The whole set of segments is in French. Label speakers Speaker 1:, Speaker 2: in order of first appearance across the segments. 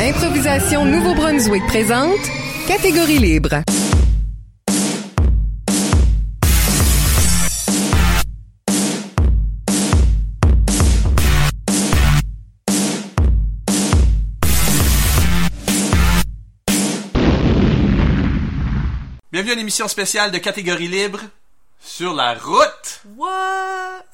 Speaker 1: Improvisation Nouveau-Brunswick présente Catégorie libre.
Speaker 2: Bienvenue à une émission spéciale de Catégorie libre sur la route.
Speaker 3: What?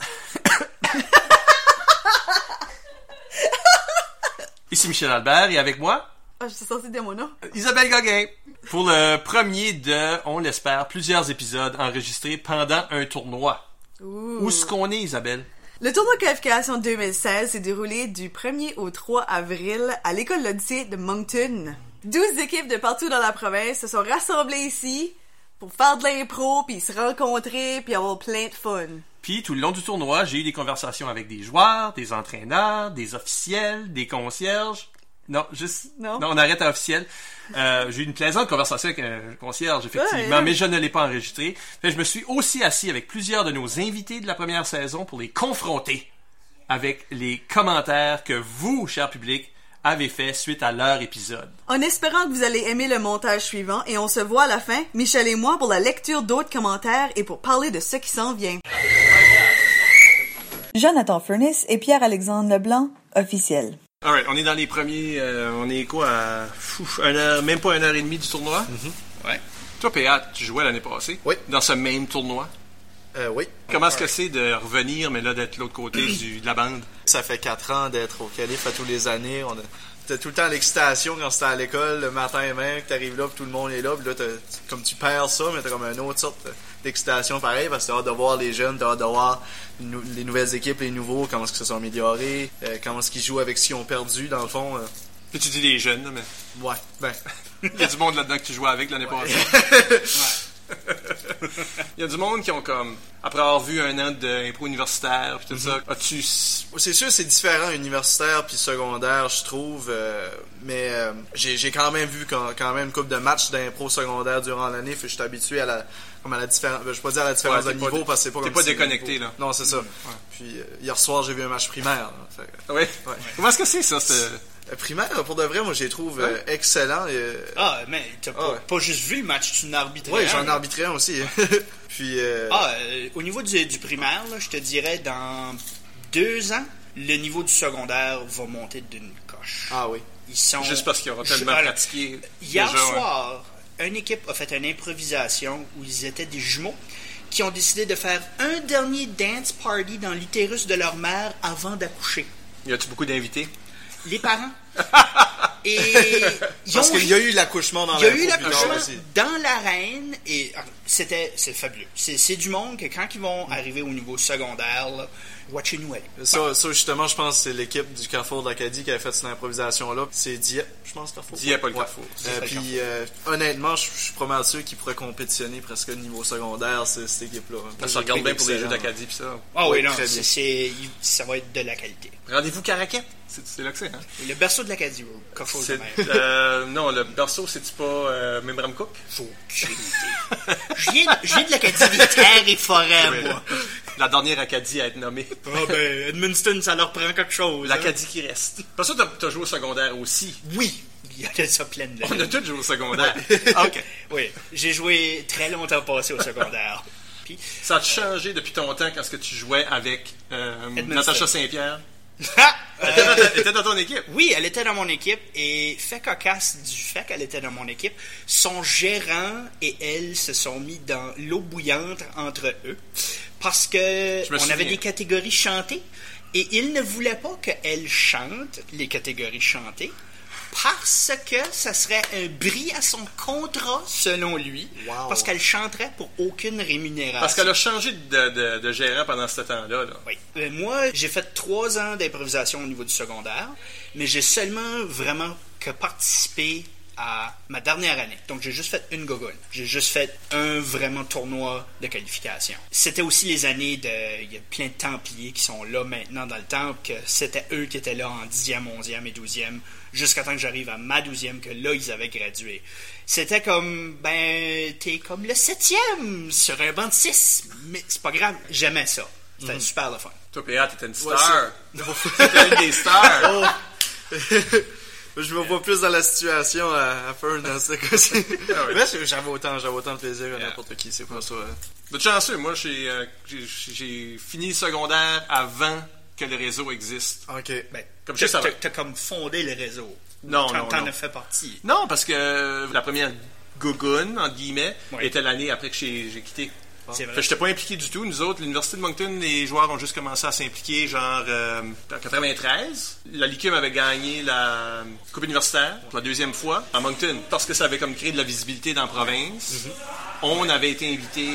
Speaker 2: Ici Michel Albert et avec moi,
Speaker 3: Ah, je suis sortie de mon nom.
Speaker 2: Isabelle Gauguin pour le premier de, on l'espère, plusieurs épisodes enregistrés pendant un tournoi.
Speaker 3: Ouh.
Speaker 2: Euh, Où est-ce qu'on est, Isabelle?
Speaker 3: Le tournoi de qualification 2016 s'est déroulé du 1er au 3 avril à l'école L'Odyssée de Moncton. 12 équipes de partout dans la province se sont rassemblées ici pour faire de l'impro, puis se rencontrer, puis avoir plein de fun.
Speaker 2: Puis tout le long du tournoi, j'ai eu des conversations avec des joueurs, des entraîneurs, des officiels, des concierges. Non, juste.
Speaker 3: Non.
Speaker 2: on arrête à officiel. Euh, j'ai eu une plaisante conversation avec un concierge, effectivement,
Speaker 3: Ouais.
Speaker 2: mais je ne l'ai pas enregistré. Fait que je me suis aussi assis avec plusieurs de nos invités de la première saison pour les confronter avec les commentaires que vous, cher public, avez fait suite à leur épisode.
Speaker 3: En espérant que vous allez aimer le montage suivant et on se voit à la fin, Michel et moi pour la lecture d'autres commentaires et pour parler de ce qui s'en vient. Jonathan Furniss et Pierre-Alexandre Leblanc, officiels.
Speaker 4: Alright, on est dans les premiers. euh, on est quoi à. Fouf, un heure, même pas une heure et demie du tournoi.
Speaker 5: Mm-hmm.
Speaker 2: Ouais. Toi, PA, tu jouais l'année passée.
Speaker 4: Oui.
Speaker 2: Dans ce même tournoi.
Speaker 5: Euh, oui.
Speaker 2: Comment est-ce que c'est de revenir, mais là, d'être de l'autre côté du- de la bande?
Speaker 5: Ça fait quatre ans d'être au calife à tous les années. On a... T'as tout le temps l'excitation quand c'était à l'école, le matin et même, que t'arrives là, puis tout le monde est là, puis là, t'as- tu- comme tu perds ça, mais t'as comme une autre sorte d'excitation pareil, parce que t'as hâte de voir les jeunes, t'as hâte de voir nou- les nouvelles équipes, les nouveaux, comment est-ce qu'ils se sont améliorés, euh, comment est-ce qu'ils jouent avec ce qu'ils ont perdu, dans le fond. euh,
Speaker 2: Puis tu dis les jeunes, là, mais
Speaker 5: ouais, ben,
Speaker 2: il y a du monde là-dedans que tu jouais avec l'année passée. Il y a du monde qui ont comme, après avoir vu un an d'impro universitaire, puis tout ça, as-tu... s-
Speaker 5: Mhm. C'est sûr, c'est différent universitaire puis secondaire, je trouve. euh, mais euh, j'ai j'ai quand même vu quand, quand même une couple de matchs d'impro secondaire durant l'année. Fait que Je suis habitué à la comme à la différence. Je vais pas dire à la différence
Speaker 2: Ouais, t'es
Speaker 5: de
Speaker 2: pas
Speaker 5: niveau
Speaker 2: dé-
Speaker 5: parce que c'est pas
Speaker 2: t'es
Speaker 5: comme
Speaker 2: pas
Speaker 5: si c'est
Speaker 2: déconnecté,
Speaker 5: niveau.
Speaker 2: là.
Speaker 5: Non, c'est ça. Puis euh, hier soir, j'ai vu un match primaire. là. Fait que-
Speaker 2: Ouais. Comment est-ce que c'est, ça, ce...
Speaker 5: Euh, primaire, pour de vrai, moi, je les trouve euh, excellents. et, euh,
Speaker 6: Ah, mais t'as pas,
Speaker 5: ouais.
Speaker 6: pas juste vu le match, tu n'arbitrais.
Speaker 5: ouais, j'en arbitrais un aussi. hein. puis euh,
Speaker 6: Ah, euh, au niveau du, du primaire, là, je te dirais, dans deux ans, le niveau du secondaire va monter d'une coche.
Speaker 5: ah oui.
Speaker 6: Ils sont...
Speaker 2: Juste parce qu'ils auront
Speaker 6: Je-
Speaker 2: tellement
Speaker 6: ah, là,
Speaker 2: pratiqué...
Speaker 6: Hier
Speaker 2: déjà, ouais.
Speaker 6: soir, une équipe a fait une improvisation où ils étaient des jumeaux qui ont décidé de faire un dernier dance party dans l'utérus de leur mère avant d'accoucher.
Speaker 2: Y a-tu beaucoup d'invités?
Speaker 6: Les parents. Et ils
Speaker 5: Parce
Speaker 6: ont
Speaker 5: qu'il y a eu l'accouchement dans
Speaker 6: Il y a
Speaker 5: l'impro plus
Speaker 6: eu
Speaker 5: tard
Speaker 6: l'accouchement
Speaker 5: aussi.
Speaker 6: dans l'arène et ah, c'était c'est fabuleux. C'est c'est du monde que quand ils vont arriver au niveau secondaire, là, watchez-nous aller.
Speaker 5: Ça, ça, justement, je pense que c'est l'équipe du Carrefour d'Acadie qui avait fait cette improvisation-là. C'est Dieppe, je pense, Carrefour.
Speaker 2: Dieppe, pas le
Speaker 5: Ouais.
Speaker 2: Carrefour.
Speaker 5: Euh,
Speaker 6: Dieppe, le
Speaker 5: puis, euh, honnêtement, je je suis pas mal sûr qu'ils pourraient compétitionner presque au niveau secondaire, c'est- cette équipe-là.
Speaker 2: Ça se regarde bien pour les jeux
Speaker 5: Excellent.
Speaker 2: d'Acadie, pis ça.
Speaker 6: Ah
Speaker 5: oui,
Speaker 6: oui, non,
Speaker 5: très bien.
Speaker 6: c'est- c'est- il- ça va être de la qualité.
Speaker 2: Rendez-vous Caraquet. C'est c'est là que c'est, hein?
Speaker 6: Le berceau de l'Acadie, au Carrefour de
Speaker 2: C'est-
Speaker 6: même.
Speaker 2: euh, non, le berceau, c'est-tu pas euh, Memram Cook?
Speaker 6: J'ai aucune idée. Je viens de- je viens de l'Acadie des terres et forêts, moi.
Speaker 2: La dernière Acadie à être nommée.
Speaker 6: Ah ben, Edmundston, ça leur prend quelque chose. hein.
Speaker 2: L'Acadie qui reste. Parce que t'as t'as joué au secondaire aussi.
Speaker 6: Oui, il y a de ça plein de
Speaker 2: On a tous joué au secondaire.
Speaker 6: OK. Oui, j'ai joué très longtemps passé au secondaire. Puis,
Speaker 2: Ça a changé depuis ton temps quand ce que tu jouais avec euh,
Speaker 6: Edmundston.
Speaker 2: Natacha Saint-Pierre?
Speaker 6: Ah! Euh,
Speaker 2: T'étais dans ta- T'étais dans ton équipe.
Speaker 6: Oui, elle était dans mon équipe et fait cocasse du fait qu'elle était dans mon équipe, son gérant et elle se sont mis dans l'eau bouillante entre eux parce que
Speaker 2: me
Speaker 6: on
Speaker 2: souviens.
Speaker 6: avait des catégories chantées et il ne voulait pas qu'elle chante les catégories chantées parce que ça serait un bris à son contrat selon lui
Speaker 5: Wow.
Speaker 6: parce qu'elle chanterait pour aucune rémunération.
Speaker 2: Parce qu'elle a changé de, de- de gérant pendant ce temps-là. là.
Speaker 6: Oui. Euh, moi, j'ai fait trois ans d'improvisation au niveau du secondaire, mais j'ai seulement vraiment que participé à ma dernière année. Donc, j'ai juste fait une gogole. J'ai juste fait un vraiment tournoi de qualification. C'était aussi les années de... Il y a plein de Templiers qui sont là maintenant dans le temps, que c'était eux qui étaient là en 10e, 11e et 12e, jusqu'à temps que j'arrive à ma 12e, que là, ils avaient gradué. C'était comme, ben, t'es comme le 7e sur un banc de 6, mais c'est pas grave, j'aimais ça. C'était
Speaker 2: Mhm.
Speaker 6: super le fun.
Speaker 2: Toi, P.A., t'étais une
Speaker 5: Ouais,
Speaker 6: Oh.
Speaker 2: star. t'étais une des stars.
Speaker 5: Oh. Ah! Je me vois plus dans la situation à, à Fern dans ce cas-ci.
Speaker 2: Ah
Speaker 5: Mais c'est- j'avais autant, j'avais autant de plaisir à n'importe qui, c'est pas ça. euh.
Speaker 2: Vous êtes chanceux, moi j'ai euh, j'ai- j'ai fini le secondaire avant que le réseau existe.
Speaker 5: Ok.
Speaker 6: Ben,
Speaker 2: Comme
Speaker 6: t'as-
Speaker 2: ça, ça va.
Speaker 6: t'as- T'as comme fondé le réseau.
Speaker 2: Non,
Speaker 6: T'en-
Speaker 2: non,
Speaker 6: T'en
Speaker 2: non.
Speaker 6: as fait partie.
Speaker 2: Non, parce que euh, la première gogoune, entre guillemets,
Speaker 6: Ouais.
Speaker 2: était l'année après que j'ai j'ai quitté.
Speaker 6: C'est vrai.
Speaker 2: Fait que j'étais pas impliqué du tout. Nous autres, l'Université de Moncton, les joueurs ont juste commencé à s'impliquer, genre, euh, en 93. La LICUM avait gagné la euh, Coupe universitaire pour la deuxième fois à Moncton parce que ça avait comme créé de la visibilité dans la province. On avait été invité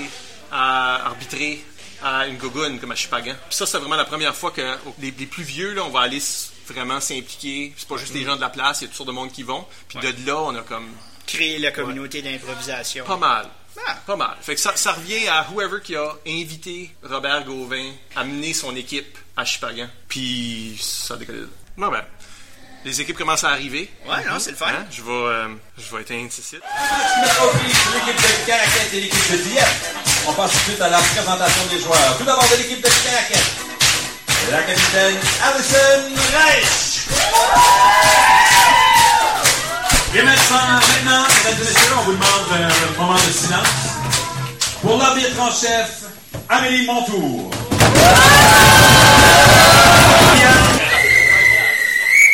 Speaker 2: à arbitrer à une gogoune comme à Chipagan. Puis ça, c'est vraiment la première fois que oh, les, les plus vieux, là, on va aller s- vraiment s'impliquer. C'est pas juste
Speaker 6: Mm-hmm.
Speaker 2: les gens de la place, il y a toutes sortes de monde qui vont. Puis de là, on a comme
Speaker 6: Créer la communauté d'improvisation.
Speaker 2: pas mal.
Speaker 6: Ah.
Speaker 2: Pas mal. Fait que ça, ça revient à whoever qui a invité Robert Gauvin à mener son équipe à Chipagan. Puis ça décolle. Non, ben, les équipes commencent à arriver.
Speaker 6: Ouais, non, c'est le fun.
Speaker 2: Hein? Je vais, euh, je vais éteindre ce site.
Speaker 7: Numéro 10, l'équipe de Caraquette et l'équipe de Dieppe. On passe tout de suite à la présentation des joueurs. Tout d'abord de l'équipe de Caraquette. La capitaine Alison Reich. Et maintenant, maintenant, mesdames et messieurs, on vous demande euh, un moment de silence. Pour l'arbitre en chef, Amélie Montour.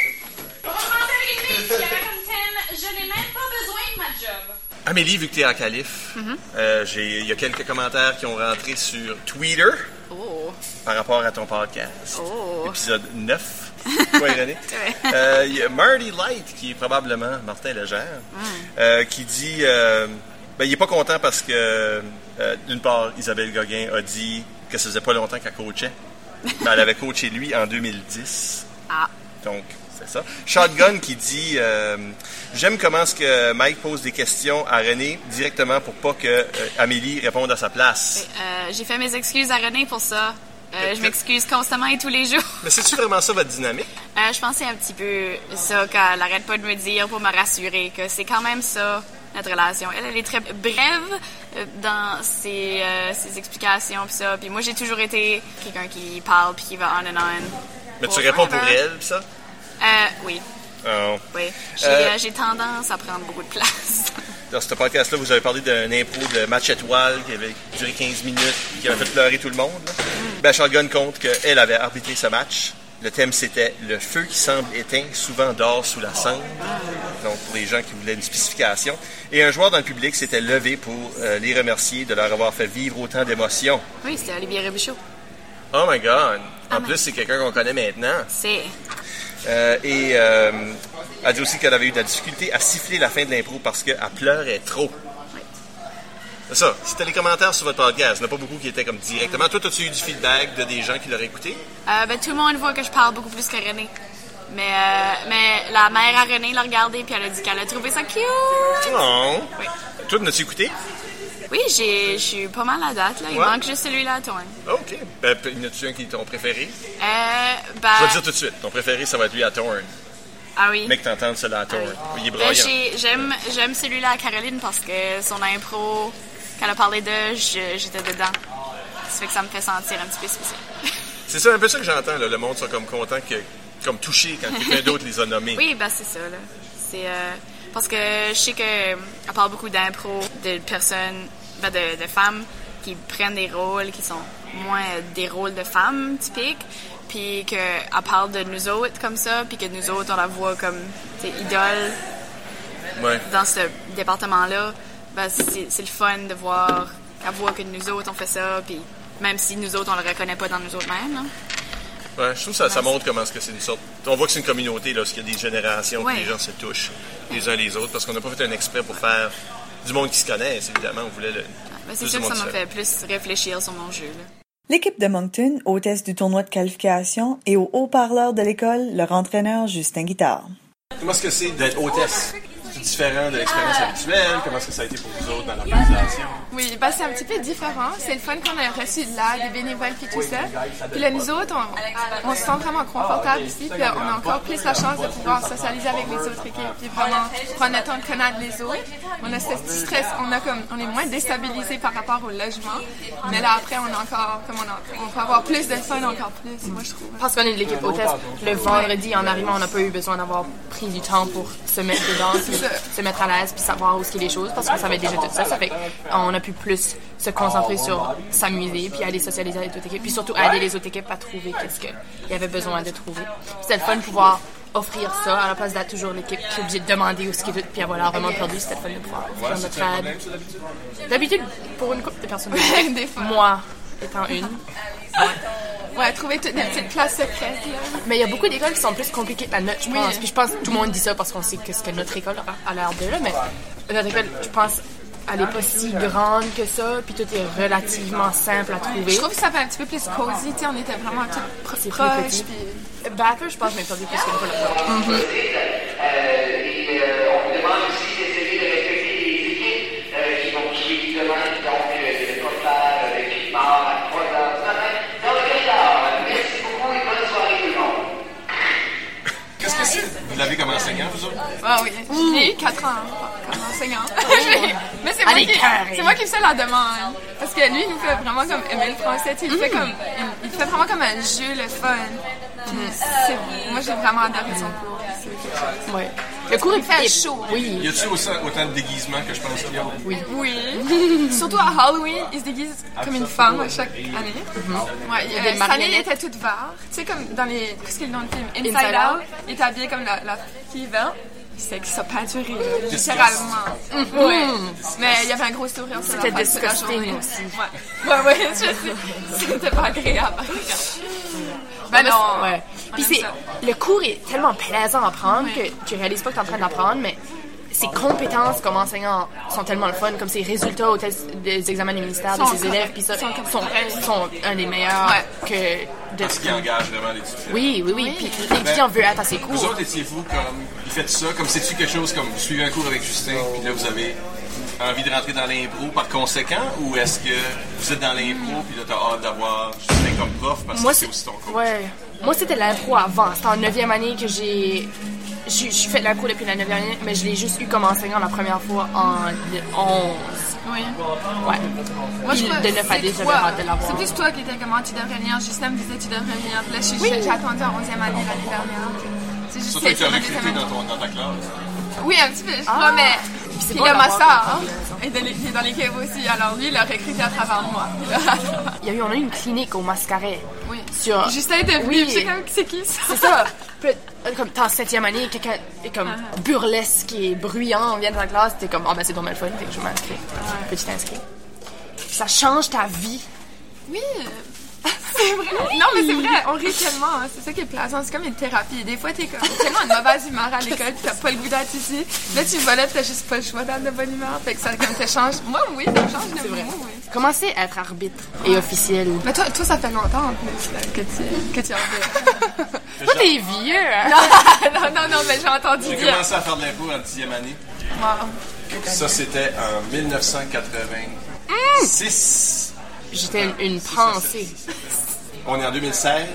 Speaker 8: Commencer une quarantaine, je n'ai même pas besoin de ma job.
Speaker 2: Amélie, vu que t'es en calife, euh, j'ai- il y a quelques commentaires qui ont rentré sur Twitter
Speaker 9: Mm-hmm.
Speaker 10: Oh.
Speaker 2: par rapport à ton podcast.
Speaker 10: Oh.
Speaker 2: Épisode 9. Quoi, René? Euh, Il y a Marty Light, qui est probablement Martin Légère, euh, qui dit euh, ben, il est pas content parce que, euh, d'une part, Isabelle Gauguin a dit que ça faisait pas longtemps qu'elle coachait. Mais elle avait coaché lui en 2010.
Speaker 10: Ah.
Speaker 2: Donc, c'est ça. Shotgun qui dit euh, J'aime comment ce que Mike pose des questions à René directement pour pas que euh, Amélie réponde à sa place.
Speaker 9: Euh, j'ai fait mes excuses à René pour ça. Euh, je m'excuse constamment et tous les jours.
Speaker 2: Mais c'est-tu vraiment ça votre dynamique
Speaker 9: Euh, je pensais un petit peu ça quand elle arrête pas de me dire pour me rassurer que c'est quand même ça notre relation. Elle, elle est très brève euh, dans ses, euh, ses explications pis ça. Puis moi j'ai toujours été quelqu'un qui parle puis qui va on and on.
Speaker 2: Mais tu réponds pour
Speaker 9: forever.
Speaker 2: elle, pis ça
Speaker 9: Euh, oui,
Speaker 2: Oh.
Speaker 9: oui. J'ai,
Speaker 2: Euh,
Speaker 9: euh, j'ai tendance à prendre beaucoup de place.
Speaker 2: Dans ce podcast-là, vous avez parlé d'un impro de match étoile qui avait duré 15 minutes, qui avait fait pleurer tout le monde. là.
Speaker 9: Mm.
Speaker 2: Ben, Shotgun compte qu'elle avait arbitré ce match. Le thème, c'était « Le feu qui semble éteint, souvent dort sous la cendre ». Donc, pour les gens qui voulaient une spécification. Et un joueur dans le public s'était levé pour euh, les remercier de leur avoir fait vivre autant d'émotions.
Speaker 9: oui, c'était Olivier Rebuchot.
Speaker 2: Oh my God! En
Speaker 9: my-
Speaker 2: plus, c'est quelqu'un qu'on connaît maintenant.
Speaker 9: C'est
Speaker 2: Euh, et euh, elle dit aussi qu'elle avait eu de la difficulté à siffler la fin de l'impro parce qu'elle pleurait trop. C'est ça. C'était les commentaires sur votre podcast. Il n'y en a pas beaucoup qui étaient comme directement. Toi, as-tu eu du feedback de des gens qui l'auraient écouté?
Speaker 9: Euh, ben, tout le monde voit que je parle beaucoup plus que René. Mais, euh, mais la mère à René l'a regardé puis elle a dit qu'elle a trouvé ça cute.
Speaker 2: Non.
Speaker 9: Oui,
Speaker 2: Toi, as-tu écouté?
Speaker 9: oui j'ai- je suis pas mal à date. Là. Il
Speaker 2: Ouais.
Speaker 9: manque juste celui-là, toi.
Speaker 2: OK. Ben, p- y en a-tu un qui est ton préféré?
Speaker 9: Euh,
Speaker 2: Je vais
Speaker 9: ben,
Speaker 2: te dire tout de suite. Ton préféré, ça va être lui à Torn.
Speaker 9: ah oui.
Speaker 2: Mec, t'entends cela à
Speaker 9: Ah oui.
Speaker 2: Torn. Il est
Speaker 9: Ben,
Speaker 2: brillant.
Speaker 9: j'ai- J'aime j'aime celui-là à Caroline parce que son impro, quand elle a parlé d'eux, je- j'étais dedans. Ça fait que ça me fait sentir un petit peu spécial.
Speaker 2: C'est ça, un peu ça que j'entends. là. Le monde sont comme content que, comme touché quand quelqu'un d'autre les a nommés.
Speaker 9: Oui, ben c'est ça, là. C'est, euh, parce que je sais qu'on parle beaucoup d'impro, de personnes, ben de, de femmes qui prennent des rôles qui sont moins des rôles de femmes typiques, puis qu'on parle de nous autres comme ça, puis que nous autres, on la voit comme tu sais, idole
Speaker 2: Ouais.
Speaker 9: dans ce département-là. Ben, c'est c'est le fun de voir qu'elle voit que nous autres, on fait ça, puis même si nous autres, on le reconnaît pas dans nous hein. autres mêmes. là.
Speaker 2: Ouais, je trouve que ça, ça montre comment est-ce que c'est une sorte. On voit que c'est une communauté, là, parce qu'il y a des générations, que
Speaker 9: Ouais.
Speaker 2: les gens se touchent les uns les autres, parce qu'on n'a pas fait un exprès pour faire du monde qui se connaît, évidemment. On voulait le.
Speaker 9: Ben, c'est
Speaker 2: plus
Speaker 9: sûr
Speaker 2: de
Speaker 9: que
Speaker 2: monde
Speaker 9: ça m'a
Speaker 2: différent.
Speaker 9: fait plus réfléchir sur mon jeu. là.
Speaker 4: L'équipe de Moncton, hôtesse du tournoi de qualification, et au haut-parleur de l'école, leur entraîneur Justin Guittard.
Speaker 2: Comment est-ce que c'est d'être hôtesse? différent de l'expérience habituelle? Comment est-ce que ça a été pour vous autres dans l'organisation?
Speaker 11: Oui, bah, c'est un petit peu différent. C'est le fun qu'on a reçu de là, des bénévoles puis tout ça. Puis là, nous autres, on, on se sent vraiment confortable ici. Puis là, on a encore plus la chance de pouvoir socialiser avec les autres équipes. Puis vraiment prendre le temps de connaître les autres. On a ce petit stress. On, a comme, on est moins déstabilisé par rapport au logement. Mais là, après, on, a encore, comme on, a- on peut avoir plus de fun, encore plus, moi, je trouve.
Speaker 12: Parce qu'on est de l'équipe hôtesse. Le vendredi, en arrivant, on n'a pas eu besoin d'avoir pris du temps pour se mettre dedans, puis se mettre à l'aise, puis savoir où est les choses, parce qu'on savait déjà tout ça. Ça fait qu'on a pu plus se concentrer sur s'amuser, puis aller socialiser avec d'autres équipes, puis surtout aider les autres équipes à trouver qu'est-ce qu'il y avait besoin de trouver. Puis C'était le fun de pouvoir offrir ça à la place d'être toujours l'équipe qui est obligée de demander où ce qui est, puis avoir l'air vraiment perdu. C'était le fun de pouvoir offrir notre aide. D'habitude, pour une couple de personnes,
Speaker 11: Des fois.
Speaker 12: moi étant une,
Speaker 11: Ouais, trouver toutes des petites places secrètes, là.
Speaker 12: Mais il y a beaucoup d'écoles qui sont plus compliquées que la nôtre, je
Speaker 11: Oui.
Speaker 12: pense. Puis je pense que tout le monde dit ça parce qu'on sait que ce que notre école a- a l'air de là, mais notre école, je pense, elle n'est pas si grande que ça, puis tout est relativement simple à trouver. Ah,
Speaker 11: Je trouve que ça fait un petit peu plus cosy, tu sais, on était vraiment tout pro-
Speaker 12: C'est plus
Speaker 11: proches.
Speaker 12: petit.
Speaker 11: puis-
Speaker 12: Bathurst, je pense, mais pas plus que le
Speaker 2: Qu'est-ce que c'est? Vous l'avez comme enseignant, vous autres?
Speaker 11: Ah oui, j'ai eu 4 ans comme enseignant. Mais c'est moi,
Speaker 12: Allez,
Speaker 11: qui,
Speaker 12: carré.
Speaker 11: c'est moi qui fais la demande. hein. Parce que lui, il nous fait vraiment comme aimer le français. tu sais,
Speaker 12: Mm-hmm.
Speaker 11: Il, fait comme, il, il fait vraiment comme un jeu, le fun. Puis
Speaker 12: Mm.
Speaker 11: c'est- moi, j'ai vraiment adoré son cours. C'est-
Speaker 12: Ouais. Le cours est
Speaker 11: fait chaud. hein.
Speaker 12: Oui.
Speaker 2: Y a-tu autant, autant de déguisements que je pense qu'il y a?
Speaker 12: Oui.
Speaker 11: Oui. Surtout à Halloween, ils se déguisent comme une femme à chaque année.
Speaker 2: Mhm.
Speaker 11: Ouais,
Speaker 12: Il y a des
Speaker 11: euh, cette année, il
Speaker 12: marionnettes.
Speaker 11: était toute vert. Tu sais, comme dans les. Qu'est-ce qu'il est dans le film Inside,
Speaker 12: Inside
Speaker 11: Out.
Speaker 12: Out.
Speaker 11: Il était habillé comme la, la fille verte. C'est que ça n'a pas duré, là, littéralement.
Speaker 12: Mhm.
Speaker 11: Ouais. Mais il y avait un gros sourire sur la
Speaker 12: C'était
Speaker 11: face toute la
Speaker 12: disgusting
Speaker 11: journée.
Speaker 12: aussi.
Speaker 11: Ouais, ouais, ouais, je sais. C'était pas agréable.
Speaker 12: Ben
Speaker 11: Ben non.
Speaker 12: ouais.
Speaker 11: On
Speaker 12: Puis
Speaker 11: aime ça.
Speaker 12: c'est le cours est tellement plaisant à prendre que tu réalises pas que tu es en train d'apprendre, mais ses compétences comme enseignant sont tellement le fun, comme ses résultats aux tests des examens des ministères de
Speaker 11: Sont
Speaker 12: ses élèves, puis ça, sont, sont un des meilleurs que de
Speaker 2: Parce qu'il engage vraiment les étudiants.
Speaker 12: Oui, oui, oui. Puis l'étudiant veut être à ses cours.
Speaker 2: Vous autres, étiez-vous comme. Vous faites ça, comme c'est-tu quelque chose comme. Vous suivez un cours avec Justin, puis là, vous avez envie de rentrer dans l'impro par conséquent, ou est-ce que vous êtes dans l'impro, puis là, t'as hâte d'avoir Justin comme prof parce
Speaker 12: Hmm. Moi,
Speaker 2: que c'est
Speaker 12: c'est-
Speaker 2: aussi ton cours?
Speaker 12: Ouais. Moi, c'était l'impro avant. C'était en 9e année que j'ai. Je je fais de l'impro depuis la 9e année, mais je l'ai juste eu comme enseignant la première fois en 11.
Speaker 11: Oui.
Speaker 12: Ouais.
Speaker 11: Moi, je
Speaker 12: Puis
Speaker 11: crois
Speaker 12: de
Speaker 11: que
Speaker 12: 9
Speaker 11: c'est
Speaker 12: à 10, j'avais
Speaker 11: toi.
Speaker 12: hâte de l'avoir.
Speaker 11: C'est plus toi qui étais comment tu devrais venir. Justin me disait tu devrais venir. Puis Là, j'ai
Speaker 12: Oui.
Speaker 11: j'ai attendu en 11e année l'année dernière. C'est juste
Speaker 2: Ça,
Speaker 11: que
Speaker 2: t'as été
Speaker 11: c'est ma
Speaker 2: recruté
Speaker 11: deuxième
Speaker 2: dans,
Speaker 11: année.
Speaker 2: ton, dans ta classe.
Speaker 11: Oui, un petit peu, je
Speaker 12: Ah.
Speaker 11: crois, mais.
Speaker 12: Puis c'est
Speaker 11: Puis
Speaker 12: bon
Speaker 11: là, ma
Speaker 12: d'avoir
Speaker 11: soeur est dans l'é- est dans l'équipe aussi. Alors lui, il l'a recruté à travers moi.
Speaker 12: Il y a eu, on a eu une clinique au Mascaret.
Speaker 11: Oui.
Speaker 12: Sur...
Speaker 11: Justin était venu,
Speaker 12: Oui.
Speaker 11: puis j'étais comme, c'est qui ça?
Speaker 12: C'est ça. Puis, euh, Comme t'es en septième année, quelqu'un est comme
Speaker 11: Ah,
Speaker 12: burlesque et bruyant, on vient de la classe, t'es comme, ah ben c'est dommage le fun, fait que je m'inscris. Puis tu t'inscris. Ça change ta vie.
Speaker 11: Oui!
Speaker 13: euh,
Speaker 11: C'est vrai! Non, mais c'est vrai, on rit tellement, hein. c'est ça qui est plaisant, c'est comme une thérapie. Des fois, t'es comme tellement de mauvaise humeur à l'école, pis t'as pas le goût d'être ici. Là, tu vas là, pis t'as juste pas le choix d'être de bonne humeur, fait que ça comme, te change. Moi, oui, ça me change de vrai.
Speaker 12: Comment c'est être arbitre et officiel?
Speaker 11: Mais toi, toi, ça fait longtemps en plus là, que tu, que tu en fais.
Speaker 12: Toi, t'es vieux! hein?
Speaker 11: Non, non, non, non, mais j'ai entendu
Speaker 2: J'ai
Speaker 11: dire.
Speaker 2: commencé à faire de l'impro en dixième année.
Speaker 11: Wow.
Speaker 2: Ça, c'était en 1986.
Speaker 12: Mmh! J'étais une, une pensée.
Speaker 2: On est en 2016.
Speaker 11: Ouais.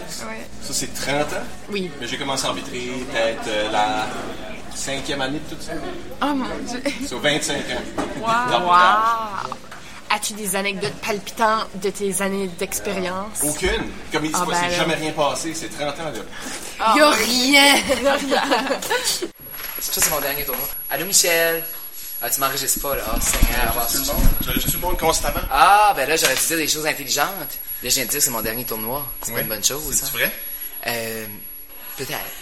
Speaker 2: Ça, c'est 30 ans.
Speaker 12: Oui.
Speaker 2: Mais j'ai commencé à arbitrer peut-être euh, la cinquième année de tout ça.
Speaker 11: Oh mon dieu.
Speaker 2: Sur 25 ans.
Speaker 12: Wow! As-tu des anecdotes palpitantes de tes années d'expérience?
Speaker 2: Aucune. Comme ils disent
Speaker 12: Ah,
Speaker 2: pas,
Speaker 12: ben
Speaker 2: c'est
Speaker 12: là.
Speaker 2: jamais rien passé. C'est 30 ans, là.
Speaker 11: Ah.
Speaker 12: Y a rien!
Speaker 14: Ça, Ah, c'est mon dernier tournoi. Allô, Michel? Ah, tu m'enregistres pas, là. Oh, Seigneur. tout le monde. tout le monde constamment. Ah, ben là, j'aurais dû dire des choses intelligentes. Là, je viens de dire que c'est mon dernier tournoi. C'est pas
Speaker 5: Oui.
Speaker 14: une bonne chose.
Speaker 5: C'est-tu
Speaker 14: hein.
Speaker 5: vrai?
Speaker 14: Euh, peut-être.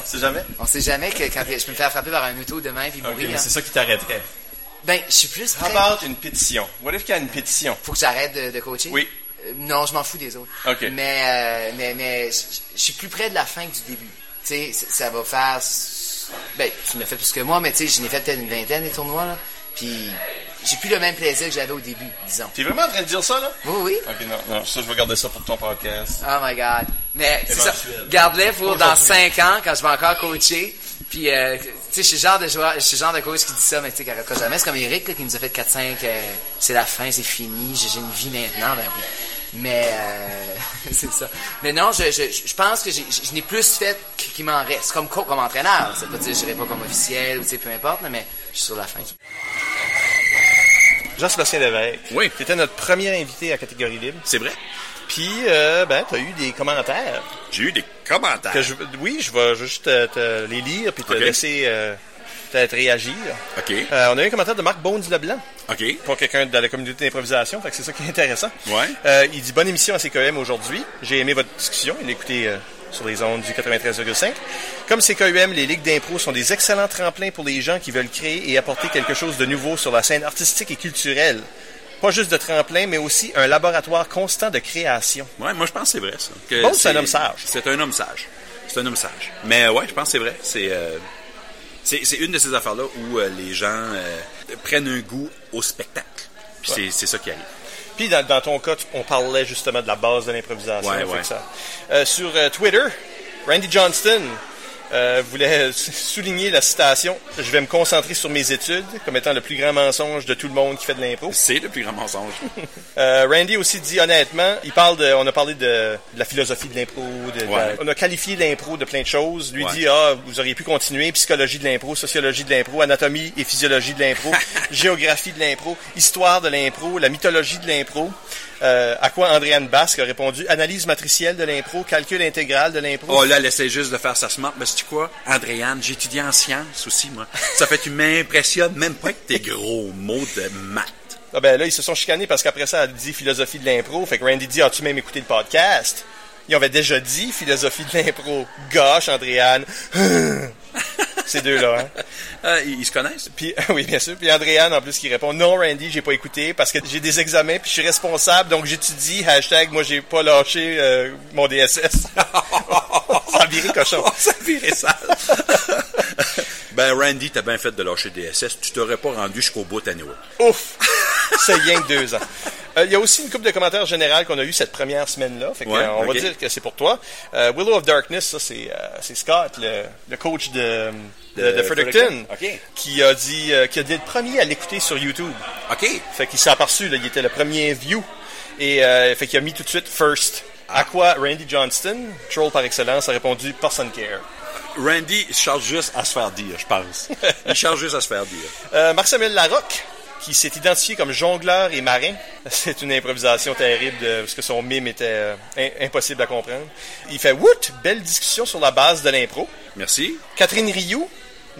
Speaker 5: On sait jamais.
Speaker 14: On sait jamais que quand je peux me faire frapper par un auto demain
Speaker 2: Ah
Speaker 14: puis
Speaker 5: Ok,
Speaker 14: mourir.
Speaker 5: mais
Speaker 14: hein.
Speaker 5: c'est ça qui t'arrêterait.
Speaker 14: Ben, je suis plus
Speaker 5: How
Speaker 14: prêt.
Speaker 5: about une pétition? What if qu'il y a une pétition?
Speaker 14: Faut que j'arrête de, de coacher?
Speaker 5: Oui.
Speaker 14: Euh, non, je m'en fous des autres.
Speaker 5: Ok.
Speaker 14: Mais, euh, mais, mais je je suis plus près de la fin que du début. Tu sais, c- ça va faire. s- Ben, tu me fais plus que moi, mais tu sais, je n'ai fait peut-être une vingtaine des tournois, là. Puis, j'ai plus le même plaisir que j'avais au début, disons.
Speaker 2: T'es vraiment en train de dire ça, là?
Speaker 14: Oui, oui.
Speaker 2: Ok, non, non, ça, je vais garder ça pour ton podcast.
Speaker 14: Oh my God. Mais, c'est ça.
Speaker 2: Éventuel.
Speaker 14: Garde-les pour dans
Speaker 2: Aujourd'hui.
Speaker 14: 5 ans, quand je vais encore coacher. Puis, euh, tu sais, je suis le genre de joueur, je suis le genre de coach qui dit ça, mais tu sais, qui arrêtera jamais. C'est comme Eric là, qui nous a fait 4-5, euh, c'est la fin, c'est fini, j'ai j'ai une vie maintenant. ben oui. Mais, euh, c'est ça. Mais non, je, je, je pense que j'ai- je je n'ai plus fait qu- qu'il m'en reste. Comme, co- comme entraîneur, ça veut pas dire que je n'irai pas comme officiel ou tu sais, peu importe, là, mais je suis sur la fin.
Speaker 2: Jean-Sébastien Lévesque. Oui. Tu étais notre premier invité à catégorie libre. C'est vrai. Puis, euh, ben, tu as eu des commentaires.
Speaker 7: J'ai eu des commentaires.
Speaker 2: Que je- oui, je vais juste te, te les lire puis te
Speaker 7: Ok.
Speaker 2: laisser euh, peut-être réagir.
Speaker 7: OK.
Speaker 2: Euh, on a eu un commentaire de Marc Bones Leblanc.
Speaker 7: OK.
Speaker 2: Pour quelqu'un de la communauté d'improvisation, fait que c'est ça qui est intéressant.
Speaker 7: Ouais.
Speaker 2: Euh, il dit bonne émission à CKM aujourd'hui. J'ai aimé votre discussion. Il l'a écouté euh, sur les ondes du 93,5. Comme CKM, les ligues d'impro sont des excellents tremplins pour les gens qui veulent créer et apporter quelque chose de nouveau sur la scène artistique et culturelle. Pas juste de tremplin, mais aussi un laboratoire constant de création.
Speaker 7: Ouais, moi je pense que c'est vrai ça.
Speaker 2: Bon, c'est un homme
Speaker 7: sage. C'est un homme sage. C'est un homme sage. Mais euh, ouais, je pense que c'est vrai. C'est euh, c'est c'est une de ces affaires là où euh, les gens euh, prennent un goût au spectacle. Puis
Speaker 2: Ouais.
Speaker 7: c'est- c'est ça qui arrive.
Speaker 2: Puis dans, dans ton cas, tu- on parlait justement de la base de l'improvisation.
Speaker 7: Ouais,
Speaker 2: fait
Speaker 7: ouais.
Speaker 2: que ça- Euh, sur euh, Twitter, Randy Johnston euh, voulait s- souligner la citation « Je vais me concentrer sur mes études » comme étant le plus grand mensonge de tout le monde qui fait de l'impro.
Speaker 7: C'est le plus grand mensonge.
Speaker 2: Euh, Randy aussi dit honnêtement, il parle de, on a parlé de, de la philosophie de l'impro, de- de-
Speaker 7: Ouais.
Speaker 2: Euh, on a qualifié l'impro de plein de choses. Lui
Speaker 7: Ouais.
Speaker 2: dit ah vous auriez pu continuer psychologie de l'impro, sociologie de l'impro, anatomie et physiologie de l'impro, géographie de l'impro, histoire de l'impro, la mythologie de l'impro. Euh, à quoi Andréane Basque a répondu analyse matricielle de l'impro, calcul intégral de l'impro.
Speaker 7: Oh là, elle essaie juste de faire sa smart. Mais sais-tu quoi, Andréane, j'étudie en sciences aussi, moi. Ça fait que tu m'impressionnes même pas avec tes gros mots de maths.
Speaker 2: Ah ben là, ils se sont chicanés parce qu'après ça, elle dit philosophie de l'impro. Fait que Randy dit, as-tu même écouté le podcast? Ils avaient déjà dit philosophie de l'impro. Gosh, Andréane. Ces deux-là, hein?
Speaker 7: Euh, ils se connaissent?
Speaker 2: Puis, oui, bien sûr. Puis Andréane, en plus, qui répond, non, Randy, j'ai pas écouté parce que j'ai des examens puis je suis responsable, donc j'étudie, hashtag, moi, j'ai pas lâché euh, mon DSS. ça a viré cochon.
Speaker 7: ça a viré sale. Ben, Randy, t'as bien fait de lâcher DSS. Tu t'aurais pas rendu jusqu'au bout, anyway.
Speaker 2: Ouf! C'est rien que deux ans. Euh, Il y a aussi une couple de commentaires généraux qu'on a eu cette première semaine-là. Fait que,
Speaker 7: Ouais,
Speaker 2: euh, on
Speaker 7: ok.
Speaker 2: va dire que c'est pour toi. Euh, Willow of Darkness, ça, c'est, euh, c'est Scott, le, le coach de, de, de Fredericton,
Speaker 7: OK.
Speaker 2: qui a dit euh, qui a été le premier à l'écouter sur YouTube.
Speaker 7: OK.
Speaker 2: Fait qu'il s'est aperçu, là, il était le premier view. Et euh, fait qu'il a mis tout de suite first.
Speaker 7: Ah.
Speaker 2: À quoi Randy Johnston, troll par excellence, a répondu Person Care.
Speaker 7: Randy il cherche juste à se faire dire, je pense. Il cherche juste à se faire dire.
Speaker 2: Euh, Marc-Samuel Larocque, qui s'est identifié comme jongleur et marin. C'est une improvisation terrible de- parce que son mime était euh, im- impossible à comprendre. Il fait Woot! Belle discussion sur la base de l'impro.
Speaker 7: Merci.
Speaker 2: Catherine Rioux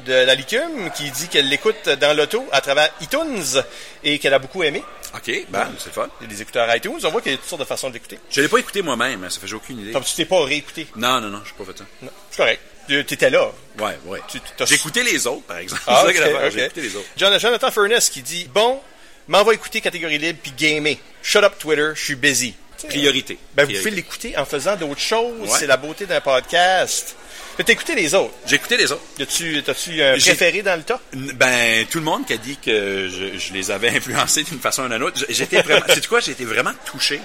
Speaker 2: de la Licume qui dit qu'elle l'écoute dans l'auto à travers iTunes et qu'elle a beaucoup aimé.
Speaker 7: OK, ben, c'est fun.
Speaker 2: Il y a des écouteurs iTunes, on voit qu'il y a toutes sortes de façons de l'écouter.
Speaker 7: Je l'ai pas écouté moi-même, hein, ça fait que j'ai aucune idée.
Speaker 2: Comme tu t'es pas réécouté.
Speaker 7: Non, non, non, j'ai pas fait ça.
Speaker 2: Non, C'est correct. Tu étais là.
Speaker 7: Ouais, ouais. J'ai écouté les autres, par exemple.
Speaker 2: Ah,
Speaker 7: C'est ça
Speaker 2: ok,
Speaker 7: que l'affaire,
Speaker 2: ok.
Speaker 7: J'ai écouté les autres.
Speaker 2: John- Jonathan Furness qui dit Bon, m'envoie écouter catégorie libre puis gamer. Shut up Twitter, je suis busy.
Speaker 7: Priorité.
Speaker 2: Ben, vous
Speaker 7: Priorité.
Speaker 2: pouvez l'écouter en faisant d'autres choses.
Speaker 7: Ouais.
Speaker 2: C'est la beauté d'un podcast. Mais T'as écouté les autres.
Speaker 7: J'ai écouté les autres.
Speaker 2: T'as-tu un
Speaker 7: J'ai-
Speaker 2: euh, préféré dans le top?
Speaker 7: N- Ben, tout le monde qui a dit que je, je les avais influencés d'une façon ou d'une autre, J- j'étais vraiment, sais quoi, j'ai été vraiment touché.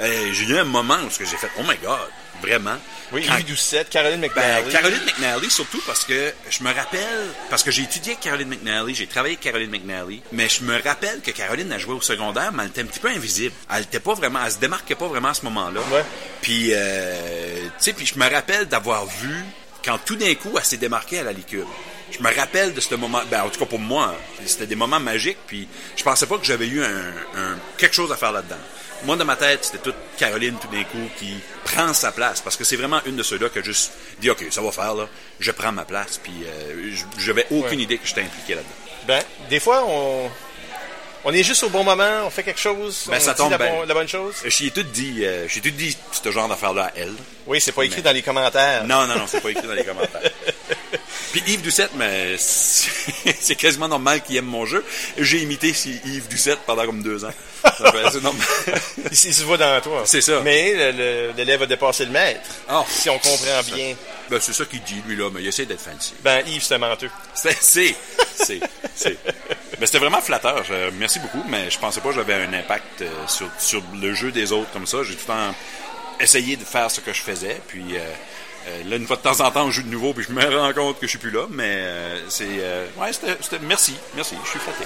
Speaker 7: Euh, j'ai eu un moment où ce que j'ai fait, oh my god, vraiment.
Speaker 2: Oui,
Speaker 7: Quand-
Speaker 2: Louis Doucette, Caroline
Speaker 7: ben,
Speaker 2: McNally.
Speaker 7: Caroline McNally, surtout parce que je me rappelle, parce que j'ai étudié avec Caroline McNally, j'ai travaillé avec Caroline McNally, mais je me rappelle que Caroline a joué au secondaire, mais elle était un petit peu invisible. Elle était pas vraiment, elle se démarquait pas vraiment à ce moment-là. Puis, euh, tu sais, puis je me rappelle d'avoir vu quand tout d'un coup, elle s'est démarquée à la liqueur. Je me rappelle de ce moment, ben, en tout cas pour moi, hein, c'était des moments magiques, puis je pensais pas que j'avais eu un, un- quelque chose à faire là-dedans. Moi, dans ma tête, c'était toute Caroline, tout d'un coup, qui prend sa place, parce que c'est vraiment une de ceux-là que juste dit, OK, ça va faire, là, je prends ma place, puis euh, j- j'avais aucune
Speaker 2: Ouais.
Speaker 7: idée que j'étais impliqué là-dedans.
Speaker 2: Ben, des fois, on... on est juste au bon moment, on fait quelque chose,
Speaker 7: Ben,
Speaker 2: on
Speaker 7: ça
Speaker 2: dit
Speaker 7: tombe
Speaker 2: la,
Speaker 7: bien.
Speaker 2: bon- la bonne chose.
Speaker 7: J'ai tout dit, euh, j'ai tout dit ce genre d'affaire-là à elle.
Speaker 2: Oui, c'est pas écrit
Speaker 7: Mais-
Speaker 2: dans les commentaires.
Speaker 7: Non, non, non, c'est pas écrit dans les commentaires. Puis Yves Doucette, mais c'est c'est quasiment normal qu'il aime mon jeu. J'ai imité si- Yves Doucette pendant comme deux ans. Ça fait- c'est normal.
Speaker 2: Il s- il se voit dans toi.
Speaker 7: C'est ça.
Speaker 2: Mais le- le- l'élève a dépassé le maître. si on comprend
Speaker 7: Ça-
Speaker 2: bien.
Speaker 7: Ben, c'est ça qu'il dit, lui, là, mais il essaie d'être fancy.
Speaker 2: Ben, Yves, c'est un menteux.
Speaker 7: C'est, c'est, c'est, c'est. Ben, c'était vraiment flatteur. Je- merci beaucoup, mais je pensais pas que j'avais un impact euh, sur, sur le jeu des autres comme ça. J'ai tout le temps essayé de faire ce que je faisais, puis euh, Euh, là, une fois de temps en temps, on joue de nouveau, puis je me rends compte que je suis plus là, mais euh, c'est... euh, ouais, c'était, c'était- Merci, merci, je suis flatté.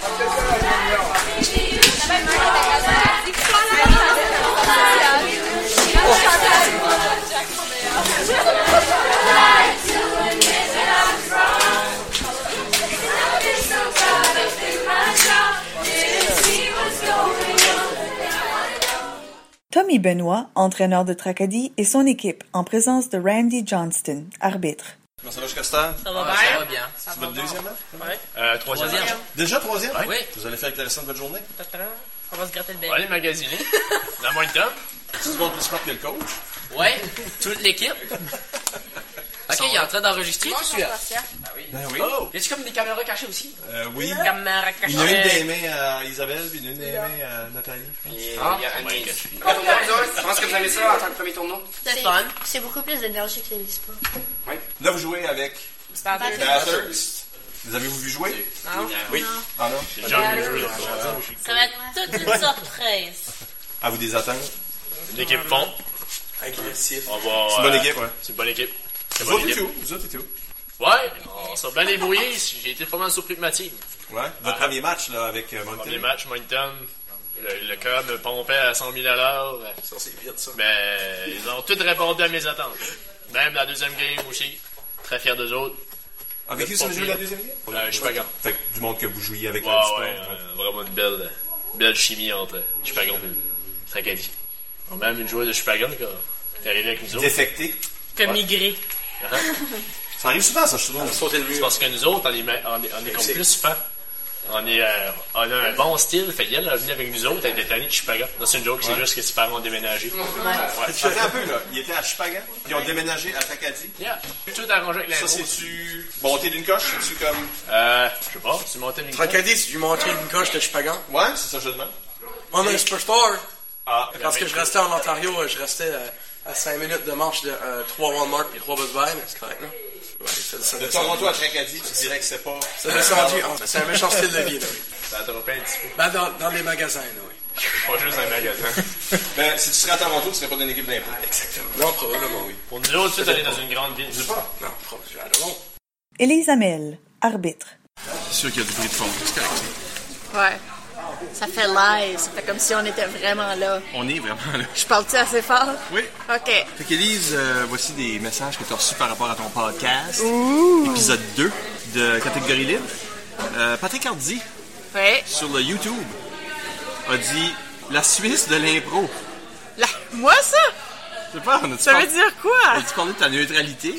Speaker 4: Tommy Benoit, entraîneur de Tracadie, et son équipe, en présence de Randy Johnston, arbitre.
Speaker 2: Comment ça va jusqu'à ce temps?
Speaker 15: Ça va
Speaker 2: Ah,
Speaker 15: bien.
Speaker 2: Ça va bien.
Speaker 15: Ça
Speaker 2: C'est
Speaker 15: va
Speaker 2: votre
Speaker 15: bien.
Speaker 2: deuxième match?
Speaker 15: Ouais.
Speaker 2: Euh, troisième.
Speaker 15: Troisième.
Speaker 2: match. Déjà troisième?
Speaker 15: Oui. Ben,
Speaker 2: Vous allez faire avec le restant de votre journée?
Speaker 15: On va se gratter le
Speaker 2: On
Speaker 15: bec.
Speaker 2: va aller magasiner. Dans moins de temps. Tu te montres plus fort que le coach?
Speaker 15: Ouais, toute l'équipe. ok, il est en train d'enregistrer tout de suite. Oh!
Speaker 2: Ben oui.
Speaker 15: Y a-tu comme des caméras cachées aussi?
Speaker 2: Euh, oui.
Speaker 15: Caméras
Speaker 2: Il y en a une des
Speaker 15: cachées.
Speaker 2: mains à Isabelle, puis une des mains à Nathalie.
Speaker 15: Et, Ah. il y a Annie. Je pense que vous aimez ça en tant que premier tournoi.
Speaker 16: C'est
Speaker 15: fun.
Speaker 16: C'est beaucoup plus d'énergie que les Lispa.
Speaker 2: Là, vous jouez avec
Speaker 16: Bathurst.
Speaker 2: Bathurst. Vous avez-vous vu jouer?
Speaker 16: Non.
Speaker 2: Oui.
Speaker 16: Non.
Speaker 2: Ah non?
Speaker 16: J'ai jamais vu jouer.
Speaker 17: Ça va être toute une surprise.
Speaker 2: À vous des attentes?
Speaker 18: L'équipe fond.
Speaker 2: Agressif.
Speaker 18: On va,
Speaker 2: C'est une bonne
Speaker 18: euh,
Speaker 2: équipe, ouais.
Speaker 18: C'est une bonne équipe. C'est une
Speaker 2: Vous
Speaker 18: bonne
Speaker 2: autres et
Speaker 18: équipe.
Speaker 2: tout. Vous autres et tout.
Speaker 18: Ouais, on s'est bien débrouillés. J'ai été pas mal surpris de ma team.
Speaker 2: Ouais. Votre premier match, là, avec euh, Moncton. Ah,
Speaker 18: Premier match, Moncton. Le, le cas me pompait à 100 000 à l'heure. Ça, c'est vite, ça. Mais ils ont tous répondu à mes attentes. Même la deuxième game aussi. Très fier d'eux autres.
Speaker 2: Avec qui
Speaker 18: Pas
Speaker 2: ça joue la
Speaker 18: pire.
Speaker 2: deuxième game?
Speaker 18: Euh, Chupagan.
Speaker 2: Fait que du monde que vous jouiez avec
Speaker 18: Ouais,
Speaker 2: la hein. discipline.
Speaker 18: ouais, euh, vraiment une belle, belle chimie entre Chupagan et Tracadie. Même une joueuse de Chupagan qui est arrivée avec nous autres.
Speaker 2: Défectée.
Speaker 18: Que
Speaker 15: Comme migré.
Speaker 2: Ça arrive souvent, ça, je trouve.
Speaker 18: C'est parce que nous autres, on est, ma- on est, on est comme plus fans. On, est, euh, on a un bon style. Fait qu'elle, elle venait avec nous autres, elle était tannée de Chipaga. Non, c'est une joke, c'est
Speaker 2: Ouais.
Speaker 18: juste que ses parents ont déménagé. Ouais.
Speaker 2: Attends un peu, là. Ils étaient à Chupagan, puis ils ont déménagé à Takadi.
Speaker 18: Yeah. Tout arrangé avec
Speaker 2: Ça,
Speaker 18: l'impro.
Speaker 2: c'est-tu monté d'une coche? C'est-tu comme...
Speaker 18: Euh, je sais pas, c'est monté d'une coche.
Speaker 19: Tracadie, si tu montais une coche de Chupagan.
Speaker 2: Ouais, c'est ça, je demande.
Speaker 19: Moi, mais je peux pas.
Speaker 2: Ah,
Speaker 19: Parce que je restais en Ontario, euh, je restais euh, à 5 minutes de marche de 3 Walmart puis 3 Bud Bay, mais c'est correct, non? Ouais, ça- ça-
Speaker 2: De
Speaker 19: ça-
Speaker 2: Toronto à Tracadie, tu dirais que c'est pas...
Speaker 19: Ça descendu, hein. C'est un méchant style de vie, là, oui.
Speaker 2: Ça attrape un petit peu.
Speaker 19: Ben, dans, dans les magasins, là, oui.
Speaker 2: Pas juste un magasin. ben, si tu serais à Toronto, tu serais pas d'une équipe d'impro. Exactement.
Speaker 19: Non, probablement, oui.
Speaker 18: Pour nous autres, tout aller dans une grande ville. Je sais
Speaker 2: pas.
Speaker 19: Non, probablement.
Speaker 4: Elise Amel, arbitre.
Speaker 19: C'est sûr qu'il y a du bruit de fond, c'est correct.
Speaker 17: Ouais. Ça fait live. Ça fait comme si on était vraiment là.
Speaker 2: On est vraiment là.
Speaker 17: Je parle-tu assez fort?
Speaker 2: Oui.
Speaker 17: OK.
Speaker 2: Fait qu'Élise, euh, voici des messages que tu as reçus par rapport à ton podcast.
Speaker 17: Ouh.
Speaker 2: Épisode 2 de Catégorie Libre. Euh, Patrick Hardy,
Speaker 17: Ouais.
Speaker 2: sur le YouTube, a dit « La Suisse de l'impro
Speaker 17: Là, moi, ça? ».
Speaker 2: Je sais pas, on a
Speaker 17: Ça veut dire quoi?
Speaker 2: tu parlé de ta neutralité?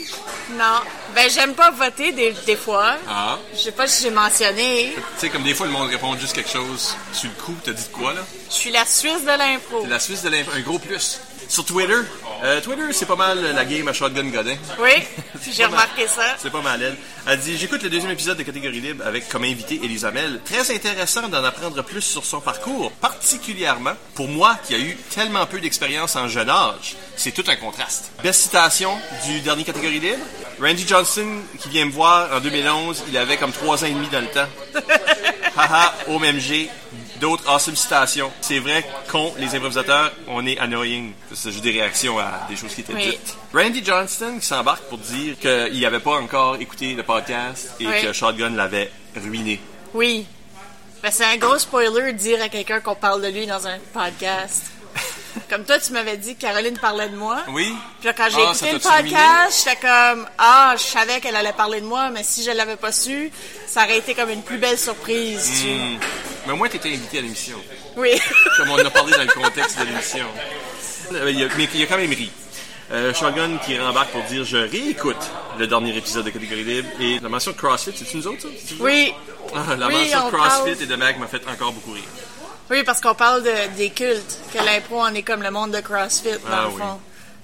Speaker 17: Non. Ben, j'aime pas voter des, des fois.
Speaker 2: Ah.
Speaker 17: Je sais pas si j'ai mentionné.
Speaker 2: Tu sais, comme des fois, le monde répond juste quelque chose sur le coup. T'as dit de quoi, là?
Speaker 17: Je suis la Suisse de l'impro.
Speaker 2: La Suisse de l'impro, un gros plus. Sur Twitter, euh, Twitter, c'est pas mal la game à Shotgun Godin.
Speaker 17: Oui, j'ai
Speaker 2: pas mal.
Speaker 17: remarqué ça.
Speaker 2: Hein? C'est pas mal, elle. Elle dit J'écoute le deuxième épisode de Catégorie Libre avec comme invité Elisa Mel. Très intéressant d'en apprendre plus sur son parcours, particulièrement pour moi qui a eu tellement peu d'expérience en jeune âge. C'est tout un contraste. Belle citation du dernier Catégorie Libre Randy Johnson, qui vient me voir en 2011, il avait comme trois ans et demi dans le temps. Haha, OMG, d'autres awesome citations. C'est vrai qu'on, les improvisateurs, on est annoying. C'est juste des réactions à des choses qui étaient
Speaker 17: Oui.
Speaker 2: dites. Randy Johnston qui s'embarque pour dire qu'il n'avait pas encore écouté le podcast et
Speaker 17: Oui.
Speaker 2: que Shotgun l'avait ruiné.
Speaker 17: Oui. Ben, c'est un gros spoiler de dire à quelqu'un qu'on parle de lui dans un podcast. comme toi, tu m'avais dit que Caroline parlait de moi.
Speaker 2: Oui?
Speaker 17: Puis là, quand j'ai
Speaker 2: Ah, ça
Speaker 17: écouté le
Speaker 2: t'a-tu
Speaker 17: podcast, j'étais comme Ah, je savais qu'elle allait parler de moi, mais si je l'avais pas su, ça aurait été comme une plus belle surprise. tu-
Speaker 2: Hmm. Mais moi, t'étais invité à l'émission.
Speaker 17: Oui.
Speaker 2: comme on en a parlé dans le contexte de l'émission. Euh, il y a- Mais il y a quand même ri. Euh, Shogun qui rembarque pour dire je réécoute le dernier épisode de Catégorie Libre et la mention de CrossFit, c'est-tu nous autres ça? C'est-tu vous
Speaker 17: Oui.
Speaker 2: autres? Ah, la
Speaker 17: Oui,
Speaker 2: mention
Speaker 17: on
Speaker 2: de CrossFit
Speaker 17: parle.
Speaker 2: et de Mag m'a fait encore beaucoup rire.
Speaker 17: Oui, parce qu'on parle de- des cultes, que l'impro en est comme le monde de CrossFit, dans
Speaker 2: Ah
Speaker 17: le
Speaker 2: oui.
Speaker 17: fond.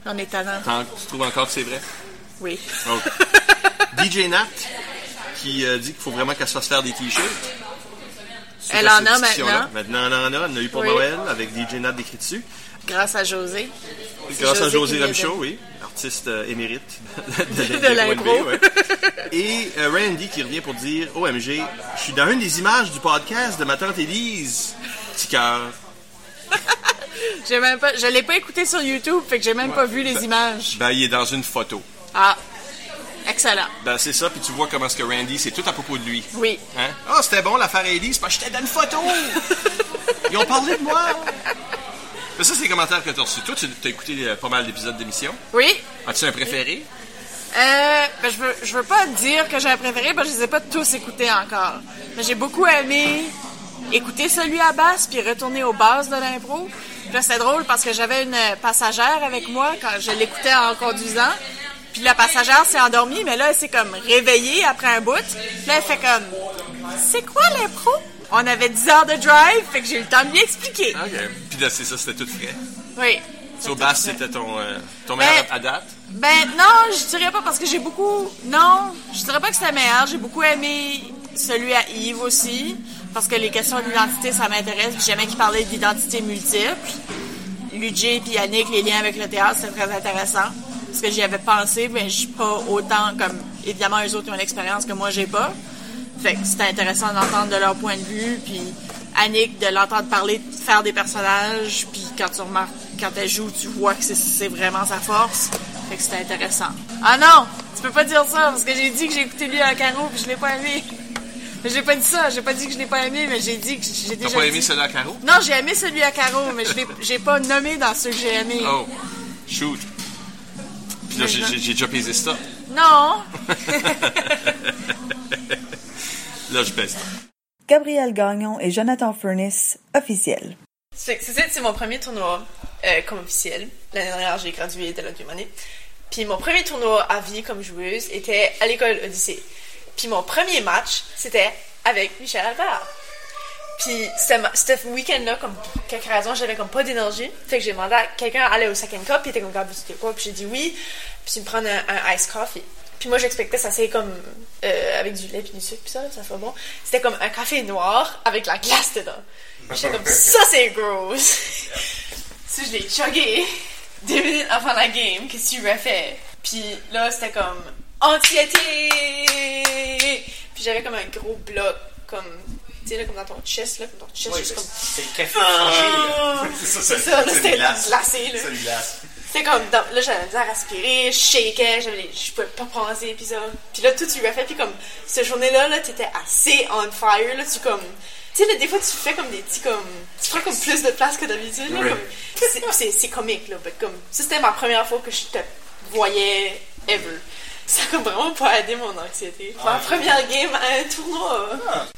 Speaker 17: On est talent.
Speaker 2: T'en- tu trouves encore que c'est vrai?
Speaker 17: Oui.
Speaker 2: Ok. DJ Nat qui euh, dit qu'il faut vraiment qu'elle se fasse faire des t-shirts. Suite
Speaker 17: Elle
Speaker 2: à
Speaker 17: en
Speaker 2: cette
Speaker 17: a
Speaker 2: discussion-là. Maintenant, elle en a. Elle en a eu pour
Speaker 17: Oui.
Speaker 2: Noël avec DJ Nat décrit dessus.
Speaker 17: Grâce à José.
Speaker 2: Grâce à
Speaker 17: C'est
Speaker 2: José
Speaker 17: qui nous
Speaker 2: Robichaud,
Speaker 17: aide.
Speaker 2: oui, artiste euh, émérite de,
Speaker 17: De l'impro.
Speaker 2: ouais. Et euh, Randy qui revient pour dire OMG, je suis dans une des images du podcast de ma tante Élise. Petit cœur.
Speaker 17: J'ai même pas, je l'ai pas écouté sur YouTube, fait que j'ai même pas vu les images.
Speaker 2: Ben, il est dans une photo.
Speaker 17: Ah, excellent.
Speaker 2: Ben, c'est ça, puis tu vois comment est-ce que Randy, c'est tout à propos de lui.
Speaker 17: Oui.
Speaker 2: Hein?
Speaker 20: Ah, c'était bon l'affaire Ellie, c'est parce que j'étais dans une photo! Ils ont parlé de moi!
Speaker 2: Mais ça, c'est les commentaires que tu as reçus. Toi, tu as écouté euh, pas mal d'épisodes d'émission.
Speaker 17: Oui.
Speaker 2: As-tu un préféré?
Speaker 17: Euh, ben, je, veux, je veux pas dire que j'ai un préféré, parce que je les ai pas tous écoutés encore. Mais j'ai beaucoup aimé écouter celui à basse, puis retourner aux bases de l'impro. Puis là, c'est drôle parce que j'avais une passagère avec moi quand je l'écoutais en conduisant. Puis la passagère s'est endormie, mais là, elle s'est comme réveillée après un bout. Puis là, elle fait comme « C'est quoi l'impro? » On avait 10 heures de drive, fait que j'ai eu le temps de lui expliquer.
Speaker 2: OK. Puis là, c'est ça, c'était tout frais.
Speaker 17: Oui.
Speaker 2: So, Bass, c'était ton, euh, ton meilleur à date.
Speaker 17: Ben non, je dirais pas parce que j'ai beaucoup. Non, je dirais pas que c'est la meilleure. J'ai beaucoup aimé celui à Yves aussi parce que les questions d'identité ça m'intéresse. Puis J'aimais qu'il parlait d'identité multiple. Ludger puis Yannick, les liens avec le théâtre, c'est très intéressant parce que j'y avais pensé, mais je suis pas autant comme évidemment eux autres ont une expérience que moi j'ai pas. Fait que c'était intéressant d'entendre de leur point de vue, puis Annick de l'entendre parler, de faire des personnages, puis quand tu remarques, quand elle joue, tu vois que c'est- c'est vraiment sa force. Fait que c'était intéressant. Ah non, tu peux pas dire ça parce que j'ai dit que j'ai écouté lui à carreau puis je l'ai pas aimé. Mais J'ai pas dit ça, j'ai pas dit que je l'ai pas aimé, mais j'ai dit que j'ai
Speaker 2: T'as
Speaker 17: déjà
Speaker 2: pas aimé
Speaker 17: dit-
Speaker 2: celui-là, Caro?
Speaker 17: Non, j'ai aimé celui à carreau, mais je l'ai- j'ai pas nommé dans ceux que j'ai aimé.
Speaker 2: Oh, shoot. Puis là, j'ai j'ai- j'ai déjà pesé stop.
Speaker 17: Non,
Speaker 2: là, je pèse stop.
Speaker 4: Gabriel Gagnon et Jonathan Furniss, officiels.
Speaker 21: C'est c'est ça, c'est mon premier tournoi euh, comme officiel. L'année dernière, j'ai gradué de la deuxième année. Puis mon premier tournoi à vie comme joueuse était à l'école Odyssée. Puis mon premier match, c'était avec Michel Albert. Puis c'était ma- c'était ce week-end-là, comme pour quelque raison, j'avais comme pas d'énergie. Fait que j'ai demandé à quelqu'un d'aller au Second Cup, puis il était comme, Gab, c'était quoi? Puis j'ai dit oui, puis il me prend un, un ice coffee. Puis moi, j'expectais ça, c'est comme euh, avec du lait puis du sucre, puis ça, ça fait bon. C'était comme un café noir avec la glace dedans. Puis J'étais comme, ça c'est gross! si je l'ai chuggé deux minutes avant la game, qu'est-ce que tu aurais fait? Puis là, c'était comme anxiété! Puis j'avais comme un gros bloc, comme, tu sais, là, comme dans ton chest, là, comme ton chest,
Speaker 6: Oui,
Speaker 21: juste comme.
Speaker 6: C'est très
Speaker 21: Ah! C'est ça, là, c'était glacé, là.
Speaker 6: C'est une glace.
Speaker 21: C'était comme, dans- là, j'avais de la misère à respirer, je shakais, j'avais les- je pouvais pas penser, puis ça. Puis là, tout, tu l'as fait, puis comme, cette journée-là, là, t'étais assez on fire, là, tu comme... Tu sais, là, des fois, tu fais comme des petits, comme... Tu prends comme plus de place que d'habitude, là,
Speaker 13: Oui.
Speaker 21: comme... c'est- C'est c'est comique, là, mais comme... Ça, c'était ma première fois que je te voyais ever. Ça a comme vraiment pas aidé mon anxiété. Ma
Speaker 13: Ah.
Speaker 21: première game à un tournoi.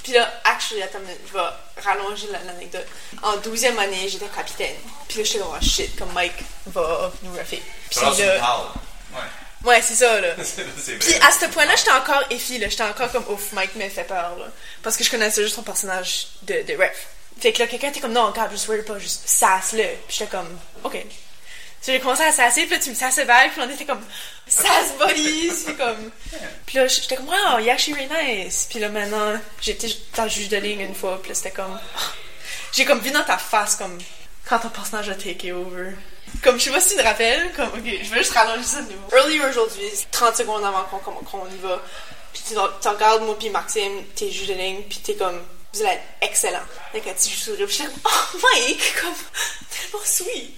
Speaker 21: Puis là, actually, attends, une minute, je vais rallonger la- l'anecdote. En 12e année, j'étais capitaine. Puis là, j'étais comme, oh shit, comme Mike va nous refaire. Puis
Speaker 6: Charles
Speaker 21: là-
Speaker 6: Duval.
Speaker 21: Ouais, c'est ça, là.
Speaker 6: C'est
Speaker 21: Puis à ce point-là, j'étais encore effi, là. J'étais encore comme, ouf, Mike me fait peur, là. Parce que je connaissais juste son personnage de, de ref. Fait que là, quelqu'un était comme, non, regarde, je swear pas, juste sasse-le. Puis j'étais comme, ok. Puis j'ai commencé à sasser, puis là, tu me sasses back, puis on était comme, sasse body, c'est comme. Puis là, j'étais comme, wow, you're actually really nice. Puis là, maintenant, j'étais dans le juge de ligne une fois, puis là, c'était comme, j'ai comme vu dans ta face, comme, quand ton personnage a taken over. Comme, je sais pas si tu te rappelles, comme, ok, je veux juste rallonger ça de nouveau. Earlier aujourd'hui, 30 secondes avant qu'on qu'on- qu'on y va, puis tu, tu regardes moi puis Maxime, t'es juge de ligne, puis t'es comme, vous allez être excellent. Là, quand tu souris, puis je suis comme, oh, Mike, comme, tellement sweet.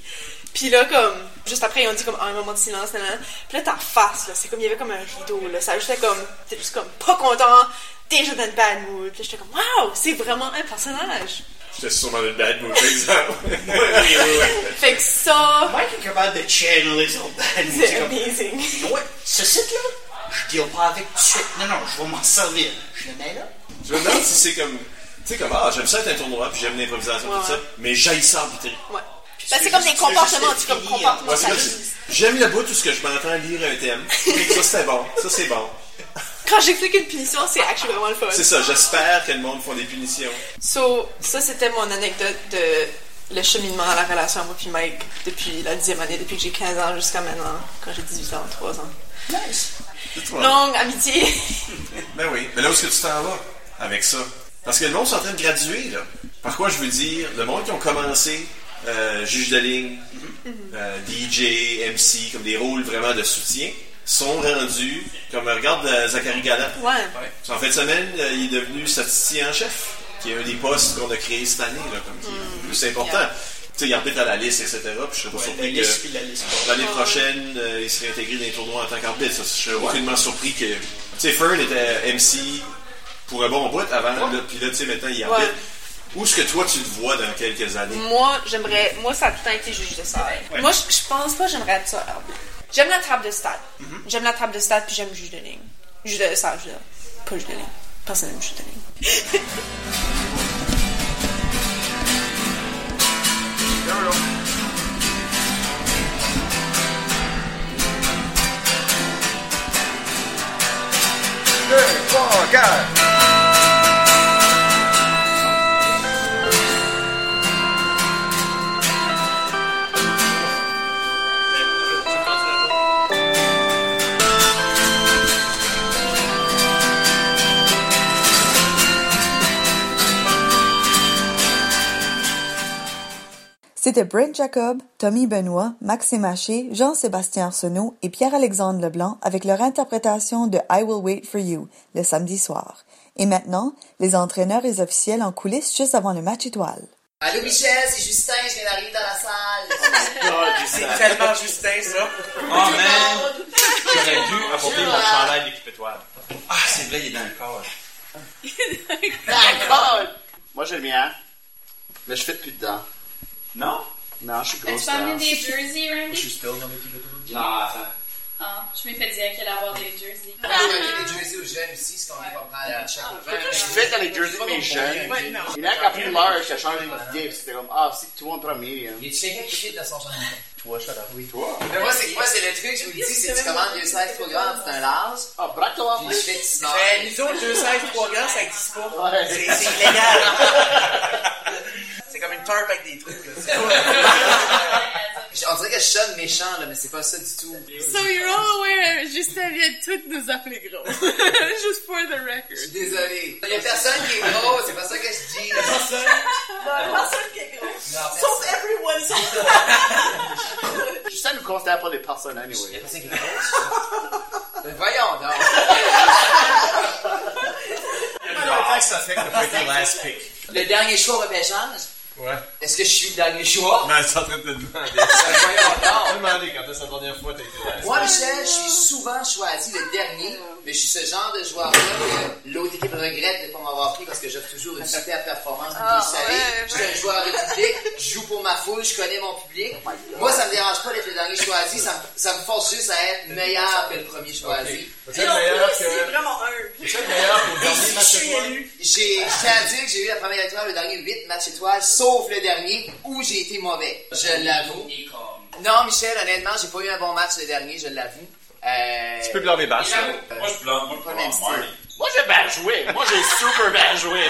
Speaker 21: Puis là, comme, juste après, ils ont dit comme ah, un moment de silence, nan, nan. Puis là, ta face, là, c'est comme, il y avait comme un rideau, là. Ça ajoutait comme, t'es juste comme pas content, déjà dans le bad mood. Puis là, j'étais comme, wow, c'est vraiment un personnage.
Speaker 18: J'étais sûrement dans le bad mood, par exemple.
Speaker 21: Fait que ça.
Speaker 6: Mike est capable de channel son bad mood.
Speaker 21: C'est
Speaker 6: C'est comme,
Speaker 21: amazing.
Speaker 6: You know what? Ce site-là, je deal pas avec tout de suite. Non, non, je vais m'en servir. Je le mets là.
Speaker 2: Je me demande si c'est comme. Tu sais, comme, ah, j'aime ça être un tournoi, puis j'aime l'improvisation,
Speaker 21: Ouais,
Speaker 2: tout ça,
Speaker 21: ouais.
Speaker 2: mais j'aille ça arbitrer.
Speaker 21: Ouais. Ben, c'est comme des comportements, tu comme comportements.
Speaker 2: Moi, c'est comme si- J'aime le bout tout ce que je m'entends lire un thème. ça, c'est bon. Ça, c'est bon.
Speaker 21: Quand j'explique une punition, c'est actually vraiment le fun.
Speaker 2: C'est ça, j'espère que le monde font des punitions.
Speaker 21: So, ça, c'était mon anecdote de le cheminement à la relation moi puis Mike depuis la dixième année, depuis que j'ai 15 ans jusqu'à maintenant, quand j'ai 18 ans, 3 ans. Nice! Longue amitié!
Speaker 2: Ben oui. Mais là, où est-ce que tu t'en vas avec ça? Parce que le monde est en train de graduer, là. Par quoi je veux dire, le monde qui ont commencé euh, juge de ligne, euh, DJ, MC, comme des rôles vraiment de soutien, sont rendus, comme euh, regarde euh, Zachary Galland.
Speaker 21: Ouais.
Speaker 2: En fin de semaine, euh, il est devenu statisticien en chef, qui est un des postes qu'on a créé cette année, là, comme qui est le plus important. tu sais, il arbitre à la liste, etc. Puis je serais pas surpris
Speaker 22: la liste, puis la liste.
Speaker 2: que l'année prochaine, euh, il serait intégré dans les tournois en tant qu'arbitre. Ça, Je serais aucunement surpris que. Tu sais, Fern était MC pour un bon bout avant, là, puis là, tu sais, maintenant, il arbitre. Où est-ce que toi, tu le vois dans quelques années?
Speaker 21: Moi, j'aimerais. Moi, ça a tout le temps été juge de ça.
Speaker 2: Ouais.
Speaker 21: Moi, je je pense pas que j'aimerais être ça. arbitre. J'aime la trappe de stade. J'aime la trappe de stade, puis j'aime juge de ligne. Juge de stade, je veux dire. Pas juge de ligne. Personne n'aime juge de ligne.
Speaker 4: C'était Brent Jacob, Tommy Benoît, Maxime Haché, Jean-Sébastien Arsenault et Pierre-Alexandre Leblanc avec leur interprétation de I Will Wait for You le samedi soir. Et maintenant, les entraîneurs et officiels en coulisses juste avant le match étoile.
Speaker 14: Allô Michel, c'est Justin, je viens d'arriver dans la salle.
Speaker 17: C'est tellement Justin, ça.
Speaker 14: Oh, man.
Speaker 17: J'aurais dû
Speaker 14: apporter mon chandail
Speaker 17: d'équipe étoile. Ah, c'est vrai, il est dans le corps.
Speaker 14: D'accord.
Speaker 1: Moi, j'ai le mien.
Speaker 14: Mais je fais plus dedans.
Speaker 1: Non?
Speaker 14: Non, je suis grosse.
Speaker 9: As-tu
Speaker 14: là.
Speaker 9: emmené des jerseys,
Speaker 1: Je suis
Speaker 9: Randy?
Speaker 1: still dans l'équipe de
Speaker 14: Non, attends.
Speaker 9: Ah, je m'ai fait dire qu'elle allait avoir des jerseys.
Speaker 14: On va donner des jerseys aux jeunes ici, ce qu'on va prendre à la chambre.
Speaker 1: Je fais dans les jerseys de mes jeunes. Il y en é a qui a pris l'heure, je change d'idée. C'était comme, ah, c'est toi en premier. hein.
Speaker 14: Il y a quelqu'un qui fait de son chandail.
Speaker 1: Toi, shut up. Oui, toi.
Speaker 14: Mais moi, c'est moi, c'est le truc, je vous le dis, c'est que tu commandes deux size trop grandes, c'est un large.
Speaker 1: Ah, braque-toi.
Speaker 14: Puis je fais petit snort.
Speaker 17: Ben, nous autres, 2 16 3 grands, ça existe pas.
Speaker 1: Ouais.
Speaker 17: C'est c'est illégal. c'est comme une tarp avec des trucs.
Speaker 14: On dirait que je sonne méchant, là, mais c'est pas ça du tout.
Speaker 21: So you're all aware, Justin vient de toutes nous appeler gros. Just for the record.
Speaker 14: Je suis désolé. Il y a personne qui est gros, c'est pas ça que je dis.
Speaker 17: Personne.
Speaker 14: Non,
Speaker 21: personne qui est gros.
Speaker 17: Sauf everyone, sauf
Speaker 1: Justin ne considère pas des personnes, anyway.
Speaker 14: Mais voyons donc.
Speaker 1: ça fait que
Speaker 14: le last
Speaker 1: pick.
Speaker 14: Le dernier choix au repêchage?
Speaker 3: Ouais.
Speaker 14: Est-ce que je suis le dernier choix?
Speaker 3: Non, c'est en train de te demander.
Speaker 14: Voyons
Speaker 3: Je me demandais quand est-ce la dernière fois que t'as été là.
Speaker 14: Moi, Michel, je suis souvent choisi le dernier, mais je suis ce genre de joueur-là que l'autre équipe regrette de ne pas m'avoir pris parce que j'offre toujours une super performance. Vous
Speaker 1: Ah,
Speaker 14: le savez,
Speaker 1: ouais,
Speaker 14: je suis un joueur de public, je joue pour ma foule, je connais mon public. Moi, ça me dérange pas d'être le dernier choisi, ça, me- ça me force juste à être meilleur que le premier choisi.
Speaker 3: C'est le meilleur que.
Speaker 14: vraiment un.
Speaker 3: C'est le meilleur pour le
Speaker 14: Et si
Speaker 3: dernier
Speaker 14: je
Speaker 3: match
Speaker 14: suis
Speaker 3: étoile.
Speaker 14: élu, J'ai, je tiens à dire que j'ai eu la première étoile, le dernier 8 matchs étoiles, sauf le dernier où j'ai été mauvais. Je l'avoue. Non, Michel, honnêtement, j'ai pas eu un bon match le dernier, je l'avoue. Euh,
Speaker 2: Tu peux blâmer Bass, là.
Speaker 14: Moi, je blâme. Pas le même style.
Speaker 1: hein. Moi, j'ai bien joué. Moi, j'ai super bien joué.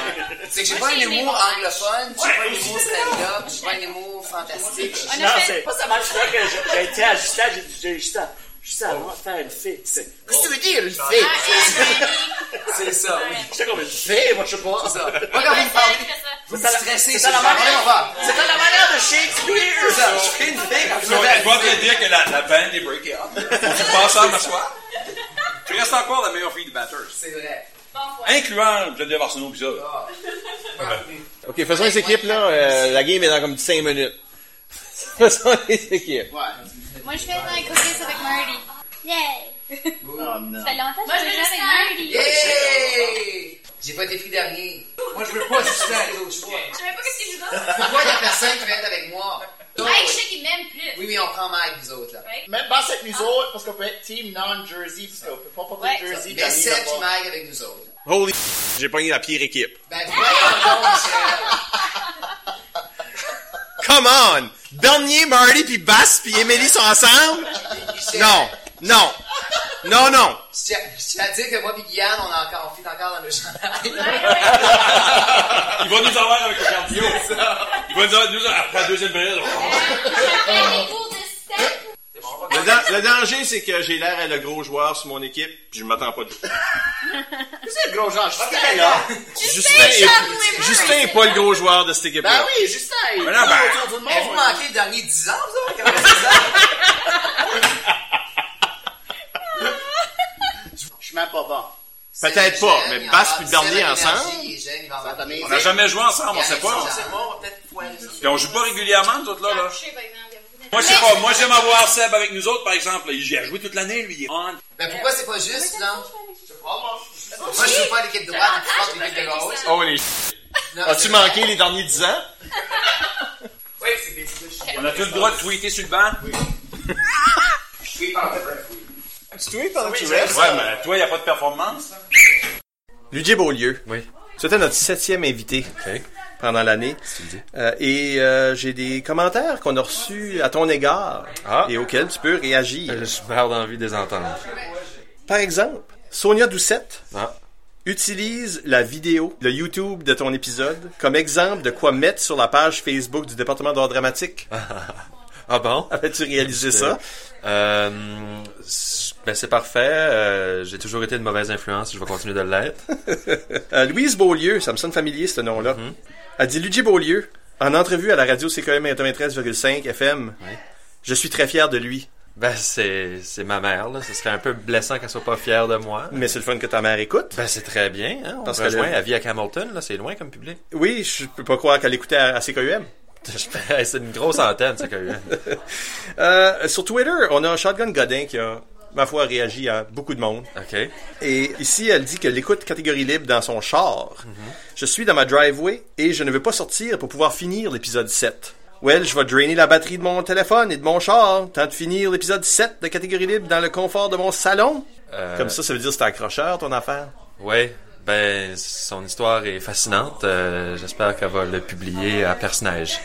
Speaker 14: C'est que j'ai pas un humour anglophone, j'ai pas un humour stand-up, j'ai pas un humour fantastique.
Speaker 1: Non, c'est pas ça marche pas que ben, j'ai- j'ai été à Justin, j'ai dit, j'ai dit, Justin, Justin, on va faire une fille, tu sais. Qu'est-ce que tu veux dire, une
Speaker 9: Ah,
Speaker 1: fille?
Speaker 14: C'est ça, oui.
Speaker 1: J'étais comme une fille, moi, je sais pas. C'est ça.
Speaker 14: Moi, quand vous me parlez, vous me
Speaker 1: C'est à la-
Speaker 14: stressez,
Speaker 1: c'est à la
Speaker 14: ça,
Speaker 1: manière-
Speaker 14: on va.
Speaker 1: c'est à la manière de Shakespeare.
Speaker 14: C'est ça, je fais une fille quand je
Speaker 1: Ils
Speaker 14: me
Speaker 1: ont-
Speaker 14: fais-
Speaker 1: ils doivent
Speaker 3: te dire que la, la bande est breakée up. Tu passes à m'asseoir.
Speaker 7: Tu restes encore la meilleure fille de Batters.
Speaker 14: C'est vrai.
Speaker 7: Incluant Geneviève Arsenault pis ça.
Speaker 1: Ah.
Speaker 2: OK, faisons les équipes, là. Euh, la game est dans comme 5 minutes. faisons les équipes.
Speaker 9: Moi, je vais être dans les cookies avec Marty. Yay!
Speaker 14: Oh, non.
Speaker 9: Ça fait longtemps que
Speaker 14: Moi,
Speaker 9: je
Speaker 14: je
Speaker 9: joue avec
Speaker 14: veux Justin.
Speaker 9: Marty.
Speaker 14: Yay! J'ai pas été pris dernier. Moi, je veux pas assister à l'autre choix.
Speaker 9: Je savais pas qu'est-ce qu'il joue
Speaker 14: Pourquoi il y a personne qui veut être avec moi?
Speaker 9: Mike, je sais qu'il m'aime plus.
Speaker 14: Oui, oui, on prend Mike, nous autres, là.
Speaker 1: Même pas avec nous autres, parce qu'on peut être team non-jersey, parce qu'on peut pas porter
Speaker 14: Ouais.
Speaker 1: de jersey.
Speaker 14: Mais Seb et Mike avec nous autres.
Speaker 2: Holy J'ai pogné la pire équipe.
Speaker 14: Ben, voyons donc, Michel.
Speaker 2: Come on! Bernier, Marty, puis Bass, puis Emily sont ensemble? Non! Non! Non, non!
Speaker 14: Je tiens- je tiens à dire que moi et Guyane, on, a encore, on fit encore dans le chandail.
Speaker 7: Il va nous avoir avec le cardio. Il va nous avoir nous avoir après la deuxième période.
Speaker 2: Le, dan- le danger, c'est que j'ai l'air à le gros joueur sur mon équipe, puis je m'attends pas de
Speaker 1: C'est le gros genre, Justin,
Speaker 2: Ok,
Speaker 1: là.
Speaker 2: Justin est, Justin est pas le gros joueur de cette équipe-là.
Speaker 1: Ben oui, Justin, il
Speaker 2: Ben non, ben-
Speaker 1: est autour du monde.
Speaker 14: Mais vous manquez le dernier 10 ans, vous autres?
Speaker 1: Je suis même pas bon.
Speaker 2: Peut-être pas, mais Basse puis Bernier ensemble.
Speaker 1: On
Speaker 2: On a jamais joué ensemble,
Speaker 7: on sait pas.
Speaker 2: Puis on joue pas régulièrement, nous autres, là, là.
Speaker 1: hein,
Speaker 7: Moi, je sais pas. Moi, j'aime avoir Seb avec nous autres, par exemple. Il y a joué toute l'année, lui. Il est on.
Speaker 1: Ben pourquoi c'est pas juste, non? Moi, je joue pas à l'équipe de droite, mais je porte l'équipe de gauche.
Speaker 2: Oh, les As-tu manqué les derniers 10 ans?
Speaker 1: Oui, c'est des petits
Speaker 7: On a tout le droit de tweeter sur le banc.
Speaker 1: Oui, parfait.
Speaker 22: Tu tweets pendant que tu
Speaker 2: Ouais,
Speaker 22: restes?
Speaker 2: mais toi, il n'y a pas de performance. Ludier Beaulieu. Oui. Tu étais notre septième invité pendant l'année. Euh, et euh, j'ai des commentaires qu'on a reçus à ton égard et auxquels tu peux réagir. J'ai super envie de les entendre. Ah. Par exemple, Sonia Doucette utilise la vidéo, le YouTube de ton épisode, comme exemple de quoi mettre sur la page Facebook du département d'art dramatique. ah bon? Avais-tu réalisé ça?
Speaker 20: Euh, c- ben c'est parfait. Euh, j'ai toujours été une mauvaise influence. Je vais continuer de l'être.
Speaker 2: Euh, Louise Beaulieu, ça me sonne familier ce nom-là.
Speaker 20: Mhm.
Speaker 2: A dit Luigi Beaulieu, en entrevue à la radio CKM 93,5 FM. Je suis très fier de lui.
Speaker 20: Ben, c'est, c'est ma mère. Là. Ce serait un peu blessant qu'elle soit pas fière de moi.
Speaker 2: Mais c'est le fun que ta mère écoute.
Speaker 20: Ben, c'est très bien. Hein? On
Speaker 2: Parce
Speaker 20: Parce
Speaker 2: que
Speaker 20: que rejoint
Speaker 2: le-
Speaker 20: à vie à Hamilton. Là, c'est loin comme public.
Speaker 2: Oui, je peux pas croire qu'elle écoutait à, à CKUM.
Speaker 20: c'est une grosse antenne, CKUM.
Speaker 2: Euh, sur Twitter, on a Shotgun Godin qui a, ma foi, réagi à beaucoup de monde.
Speaker 20: OK.
Speaker 2: Et ici, elle dit que l'écoute catégorie libre dans son char.
Speaker 18: Mhm.
Speaker 2: Je suis dans ma driveway et je ne veux pas sortir pour pouvoir finir l'épisode 7. Well, je vais drainer la batterie de mon téléphone et de mon char, tant de finir l'épisode 7 de catégorie libre dans le confort de mon salon.
Speaker 20: Euh,
Speaker 2: Comme ça, ça veut dire que c'est accrocheur, ton affaire.
Speaker 20: Ouais. Ben, son histoire est fascinante. Euh, j'espère qu'elle va le publier à Personnage.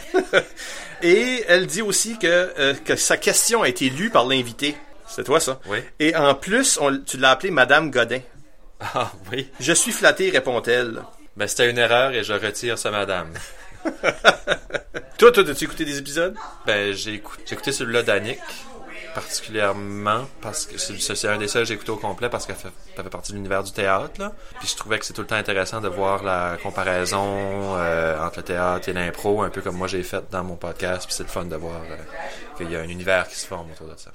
Speaker 2: Et elle dit aussi que, euh, que sa question a été lue par l'invité. C'est toi, ça?
Speaker 20: Oui.
Speaker 2: Et en plus, on- tu l'as appelée Madame Godin.
Speaker 20: Ah oui.
Speaker 2: Je suis flatté, répond-elle.
Speaker 20: Ben, c'était une erreur et je retire ce madame.
Speaker 2: toi, toi, as-tu écouté des épisodes?
Speaker 20: Ben, j'ai écouté, j'ai écouté celui-là d'Annick, particulièrement parce que c'est, c'est un des seuls que j'ai écouté au complet parce qu'elle fait, elle fait partie de l'univers du théâtre, là. Puis je trouvais que c'est tout le temps intéressant de voir la comparaison euh, entre le théâtre et l'impro, un peu comme moi j'ai fait dans mon podcast, puis c'est le fun de voir euh, qu'il y a un univers qui se forme autour de ça.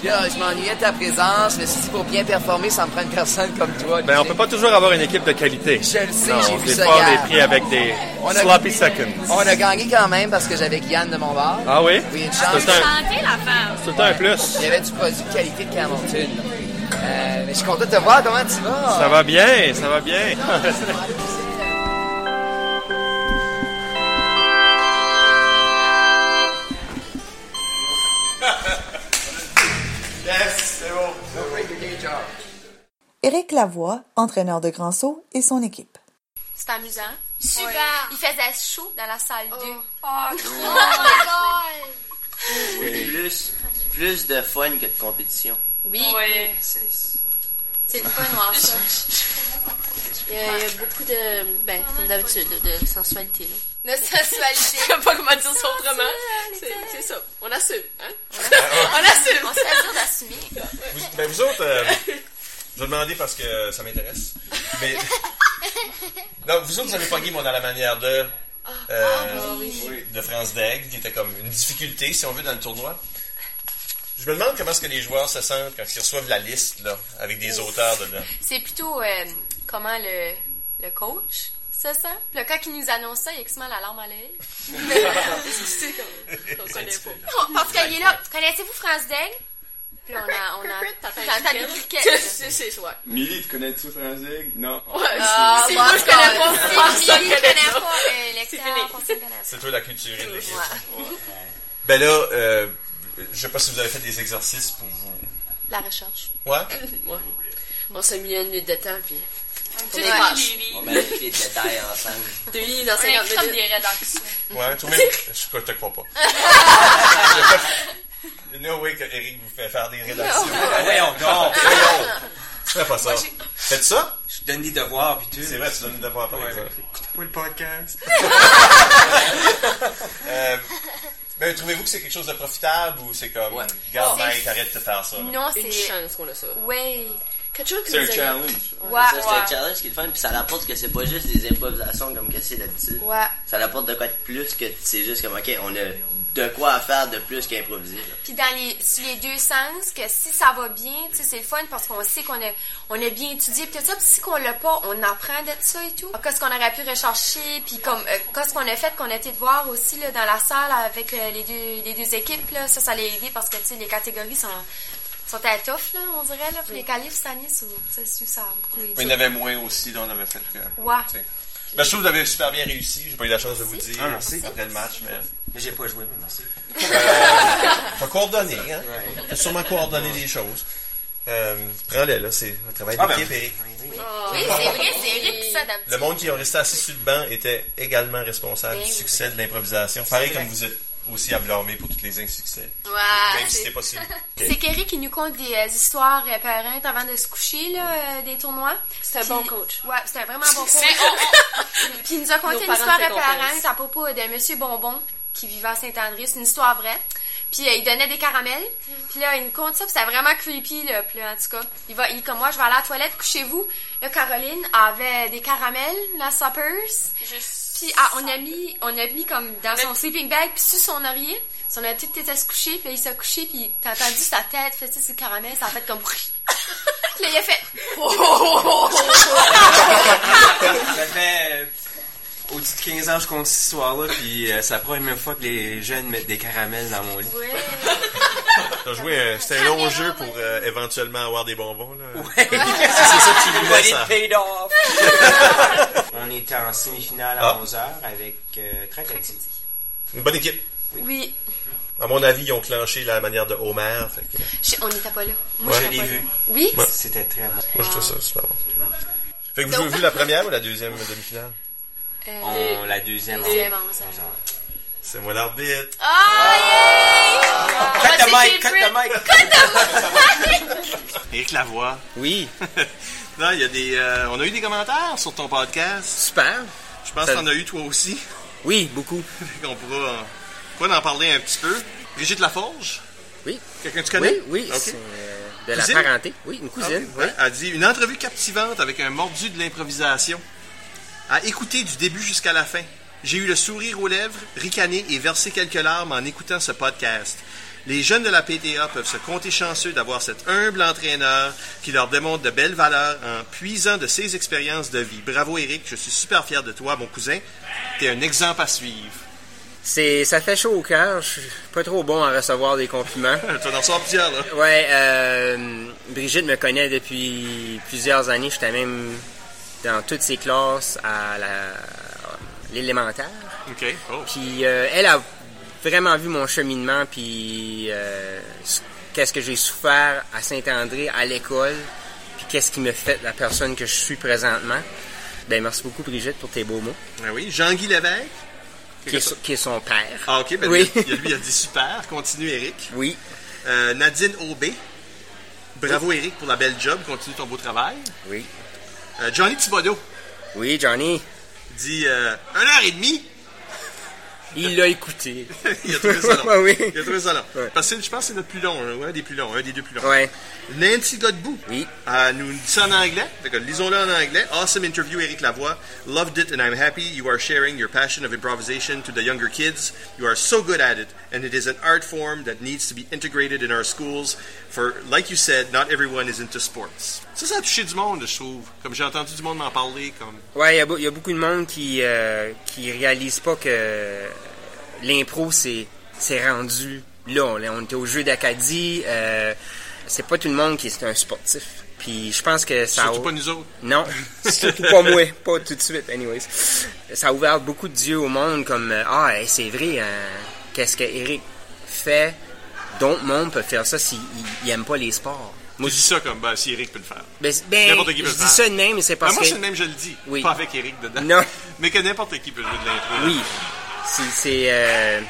Speaker 1: Puis là, je m'ennuyais de ta présence. Je me suis dit, pour bien performer, ça me prend une personne comme toi.
Speaker 2: Ben, on peut pas toujours avoir une équipe de qualité. Je
Speaker 1: le sais,
Speaker 2: non,
Speaker 1: j'ai
Speaker 2: on
Speaker 1: vu
Speaker 2: se
Speaker 1: ça
Speaker 2: défend
Speaker 1: hier.
Speaker 2: des prix avec des
Speaker 1: On a-
Speaker 2: sloppy seconds.
Speaker 1: On a gagné quand même parce que j'avais Yann de mon bar.
Speaker 2: Ah oui?
Speaker 1: Oui, une
Speaker 2: C'est
Speaker 1: chance.
Speaker 2: un-
Speaker 23: Chantez la femme.
Speaker 2: C'est un plus.
Speaker 1: Il y avait du produit de qualité de Camontune. Euh, mais je suis content de te voir. Comment tu vas?
Speaker 2: Ça va bien, ça va bien.
Speaker 24: Ah,
Speaker 22: Yes, c'est bon.
Speaker 4: Éric Lavoie, entraîneur de Grand Saut et son équipe.
Speaker 13: C'était amusant.
Speaker 9: Super.
Speaker 13: Il faisait chaud dans la salle 2.
Speaker 9: Oh,
Speaker 25: Plus, plus de fun que de compétition.
Speaker 13: Oui. C'est c'est le fun voir ça. Il y, a, il y a beaucoup de, ben, comme d'habitude, de, de sensualité.
Speaker 9: De sensualité. Je sais pas comment dire ça autrement. C'est c'est ça. On assume, hein? On assume.
Speaker 13: On se fait dur d'assumer.
Speaker 2: Vous, ben, vous autres, euh, je vais demander parce que euh, ça m'intéresse. Mais. Non, vous autres, vous avez pogné, moi, dans la manière de. euh, De France d'Aigle, qui était comme une difficulté, si on veut, dans le tournoi. Je me demande comment est-ce que les joueurs se sentent quand ils reçoivent la liste, là, avec des auteurs dedans.
Speaker 13: C'est plutôt euh, comment le, le coach se sent. Puis Le gars qui nous annonce ça, il a quasiment la larme à l'œil. C'est comme- on connaît pas. Oh, Parce qu'il est là. Connaissez-vous France Deng? Puis on a. On a t'entends des cliquettes.
Speaker 9: C'est c'est ouais.
Speaker 26: Milly, tu connais-tu Franzig? Non.
Speaker 9: Ouais, Ah, c'est- c'est- moi, je connais pas.
Speaker 13: C'est
Speaker 9: Personne
Speaker 13: lui,
Speaker 9: connaît
Speaker 13: connaît
Speaker 9: ça.
Speaker 13: pas. euh, Lecteur, personne connaît ça.
Speaker 2: C'est toi la culture de l'équipe.
Speaker 13: Ouais.
Speaker 2: Ben là, euh, je sais pas si vous avez fait des exercices pour vous.
Speaker 13: La recherche.
Speaker 2: Ouais?
Speaker 9: Ouais. On s'est mis une minute de temps, puis.
Speaker 13: petit
Speaker 9: on
Speaker 13: défi.
Speaker 9: décroche.
Speaker 25: On met tous les détails ensemble.
Speaker 9: Deux lignes dans 50 minutes.
Speaker 13: comme des rédactions.
Speaker 2: Ouais, toi même. Je te crois pas. Il y a pas- No way que Eric vous fait faire des rédactions.
Speaker 25: Non. Voyons donc.
Speaker 2: Voyons. Tu fais pas ça.
Speaker 25: Moi, j'ai-
Speaker 2: Faites ça?
Speaker 25: Je donne des devoirs, puis tout.
Speaker 2: C'est vrai, tu donnes des devoirs, par exemple.
Speaker 25: Pour le podcast.
Speaker 2: Euh, ben, trouvez-vous que c'est quelque chose de profitable ou c'est comme, garde,
Speaker 13: C'est-
Speaker 2: mec, arrête de faire ça? là.
Speaker 13: Non, Ah, c'est.
Speaker 9: Une chance qu'on a ça.
Speaker 13: Ouais.
Speaker 9: Quelque chose qui
Speaker 25: C'est
Speaker 9: nous
Speaker 25: un
Speaker 9: a-
Speaker 25: challenge.
Speaker 13: Ouais,
Speaker 25: Ça, c'est un
Speaker 13: ouais.
Speaker 25: challenge qui est le fun, puis ça l'apporte que c'est pas juste des improvisations comme que c'est d'habitude.
Speaker 13: Ouais.
Speaker 25: Ça l'apporte de quoi de plus que c'est juste comme, ok, on a
Speaker 24: de quoi à faire de plus qu'improviser. là.
Speaker 13: Puis dans les, sur les deux sens, que si ça va bien, tu sais, c'est le fun parce qu'on sait qu'on a, on a bien étudié, puis tout ça. Puis si qu'on l'a pas, on apprend de ça et tout. Qu'est-ce qu'on aurait pu rechercher, puis comme, euh, qu'est-ce qu'on a fait, qu'on a été de voir aussi, là, dans la salle avec euh, les deux, les deux équipes, là. Ça, ça l'a aidé parce que, tu sais, les catégories sont, sont à tough, là, on dirait, là. Puis les qualifs cette année, c'est- tu sais, c'est- ça a beaucoup aidé.
Speaker 20: Mais il y en avait moins aussi, là, on avait fait que.
Speaker 13: Ouais.
Speaker 20: tu sais. Ben, je trouve que vous avez super bien réussi. J'ai pas eu la chance de vous dire
Speaker 24: Ah, merci.
Speaker 20: après le match, mais.
Speaker 24: Mais j'ai pas joué, mais merci.
Speaker 2: T'as coordonné, hein? T'as sûrement coordonné les choses. Euh, Prends-le, là, c'est un travail
Speaker 24: Ah,
Speaker 2: d'équipe.
Speaker 24: ben,
Speaker 2: Eric.
Speaker 13: Oui, c'est vrai, c'est Eric qui s'adapte.
Speaker 2: Le monde qui est resté assis sur le banc était également responsable
Speaker 13: Ben
Speaker 2: du
Speaker 13: oui.
Speaker 2: succès de l'improvisation. Pareil
Speaker 24: C'est
Speaker 2: comme
Speaker 24: vrai.
Speaker 2: vous êtes aussi à blâmer pour tous les insuccès.
Speaker 13: Ouais,
Speaker 2: Même si
Speaker 13: c'est-
Speaker 2: c'était pas si.
Speaker 13: C'est Kerry qui nous conte des euh, histoires euh, parentes avant de se coucher, là, euh, des tournois. C'est un bon coach. Ouais, c'est un vraiment bon coach.
Speaker 11: C'est-
Speaker 13: Puis il nous a
Speaker 11: Nos
Speaker 13: conté une
Speaker 11: parents
Speaker 13: histoire
Speaker 11: te
Speaker 13: parente
Speaker 11: confessent.
Speaker 13: à propos euh, de Monsieur Bonbon qui vivait à Saint-André. C'est une histoire vraie. Puis euh, il donnait des caramels. Puis là, il nous compte ça, puis c'est vraiment creepy, là. Puis là, en tout cas, il va, il, comme moi, je vais aller à la toilette, couchez-vous. Là, Caroline avait des caramels dans sa purse. Puis ah, on a mis, on a mis comme dans son sleeping bag, puis sur son oreiller. Puis on a tout été à se coucher, puis là, il s'est couché, puis t'as entendu sa tête, fait ça, c'est le caramel, ça a fait comme... puis là, il a fait... Oh,
Speaker 1: Ça fait euh, au-dessus de 15 ans, je compte cette histoire-là, puis euh, c'est la première fois que les jeunes mettent des caramels dans mon lit.
Speaker 2: T'as joué, euh, c'était un long jeu pour euh, éventuellement avoir des bonbons, là.
Speaker 24: Ouais. But it paid off. On était en semi-finale à
Speaker 2: Ah.
Speaker 24: 11h avec euh, Tracadie.
Speaker 2: Une bonne équipe.
Speaker 13: Oui,
Speaker 2: À mon avis, ils ont clenché la manière de Homer. fait que-
Speaker 13: Je- on n'était pas là. Moi,
Speaker 2: Ouais.
Speaker 13: j'étais pas là. Oui?
Speaker 2: Ouais.
Speaker 24: C'était très bon.
Speaker 2: Moi, je trouve ça super bon. Fait que vous avez vu la première ou la deuxième demi-finale?
Speaker 13: Euh,
Speaker 2: Oh,
Speaker 24: On, la deuxième.
Speaker 13: Deuxième, on s'en-
Speaker 2: C'est moi l'arbitre.
Speaker 13: Ah,
Speaker 24: Cut the
Speaker 13: c'est
Speaker 24: mic,
Speaker 13: chez
Speaker 24: cut the
Speaker 13: Brit.
Speaker 24: mic.
Speaker 2: Éric Lavoie. Oui. non, il y a des. euh, on a eu des commentaires sur ton podcast. Super. Je pense
Speaker 24: Ça-
Speaker 2: que t'en as eu toi aussi. Oui, beaucoup. on pourra, euh, on pourra en parler un petit peu. Brigitte Laforge. Oui. Quelqu'un que tu connais?
Speaker 24: Oui, oui,
Speaker 2: Ok.
Speaker 24: c'est, euh, de la
Speaker 2: Cousine?
Speaker 24: parenté. Oui, une cousine.
Speaker 2: Ah, ouais. A dit une entrevue captivante avec un mordu de l'improvisation. À écouter du début jusqu'à la fin. J'ai eu le sourire aux lèvres, ricané et versé quelques larmes en écoutant ce podcast. Les jeunes de la PTA peuvent se compter chanceux d'avoir cet humble entraîneur qui leur démontre de belles valeurs en puisant de ses expériences de vie. Bravo Eric, je suis super fier de toi, mon cousin. T'es un exemple à suivre.
Speaker 24: C'est, ça fait chaud au cœur. Je suis pas trop bon à recevoir des compliments.
Speaker 2: tu en sors plusieurs, là.
Speaker 24: Ouais, euh, Brigitte me connaît depuis plusieurs années. J'étais même dans toutes ses classes à la, l'élémentaire.
Speaker 2: OK.
Speaker 24: Puis euh, elle a vraiment vu mon cheminement, puis euh, ce- qu'est-ce que j'ai souffert à Saint-André, à l'école, puis qu'est-ce qui me fait la personne que je suis présentement. Ben, merci beaucoup, Brigitte, pour tes beaux mots.
Speaker 2: oui, Jean-Guy Lévesque.
Speaker 24: Qui est, son- qui est son père.
Speaker 2: Ah, OK. Ben
Speaker 24: Oui.
Speaker 2: lui, il a- lui, il a dit super. Continue, Eric. Euh,
Speaker 24: Oui.
Speaker 2: Nadine Aubé. Bravo, Eric, pour la belle job. Continue ton beau travail.
Speaker 24: Oui.
Speaker 2: Euh, Johnny Thibodeau.
Speaker 24: Oui, Johnny.
Speaker 2: Dit euh, une heure et demie.
Speaker 24: Il l'a écouté.
Speaker 2: il a trouvé ça long.
Speaker 24: Ouais, oui.
Speaker 2: Il a trouvé ça long. Parce que je pense que c'est notre plus long, hein, ou un des plus longs, un des deux plus longs.
Speaker 24: Ouais.
Speaker 2: Nancy Godbout. Ah,
Speaker 24: Oui.
Speaker 2: nous dit ça en anglais. Fait que Lisons-le en anglais. Awesome interview, Eric Lavoie. Loved it and I'm happy you are sharing your passion of improvisation to the younger kids. You are so good at it and it is an art form that needs to be integrated in our schools for, like you said, not everyone is into sports. Ça, ça a touché du monde, je trouve. Comme j'ai entendu du monde m'en parler, comme...
Speaker 24: Ouais, il y a beau- il y, a beaucoup de monde qui euh, qui réalise pas que l'impro c'est c'est rendu là. On, on était au jeu d'Acadie. euh, c'est pas tout le monde qui est un sportif. Puis je pense que ça. a-
Speaker 20: Surtout pas nous autres.
Speaker 24: Non, surtout pas moi, pas tout de suite. Anyways, ça a ouvert beaucoup de yeux au monde. Comme euh, ah, hey, c'est vrai. hein, Qu'est-ce que Eric fait? D'autres monde peut faire ça s'il il- il aime pas les sports.
Speaker 20: Moi, je dis ça comme, ben, si Eric peut le faire.
Speaker 24: Ben, ben,
Speaker 20: N'importe qui peut
Speaker 24: je
Speaker 20: le faire.
Speaker 24: dis ça de même, mais c'est parce
Speaker 20: Ben, moi,
Speaker 24: que-
Speaker 20: c'est le même, je le dis.
Speaker 24: Oui.
Speaker 20: Pas avec Eric dedans.
Speaker 24: Non.
Speaker 20: Mais que n'importe qui peut jouer de l'intro.
Speaker 24: Oui. C'est- C'est euh,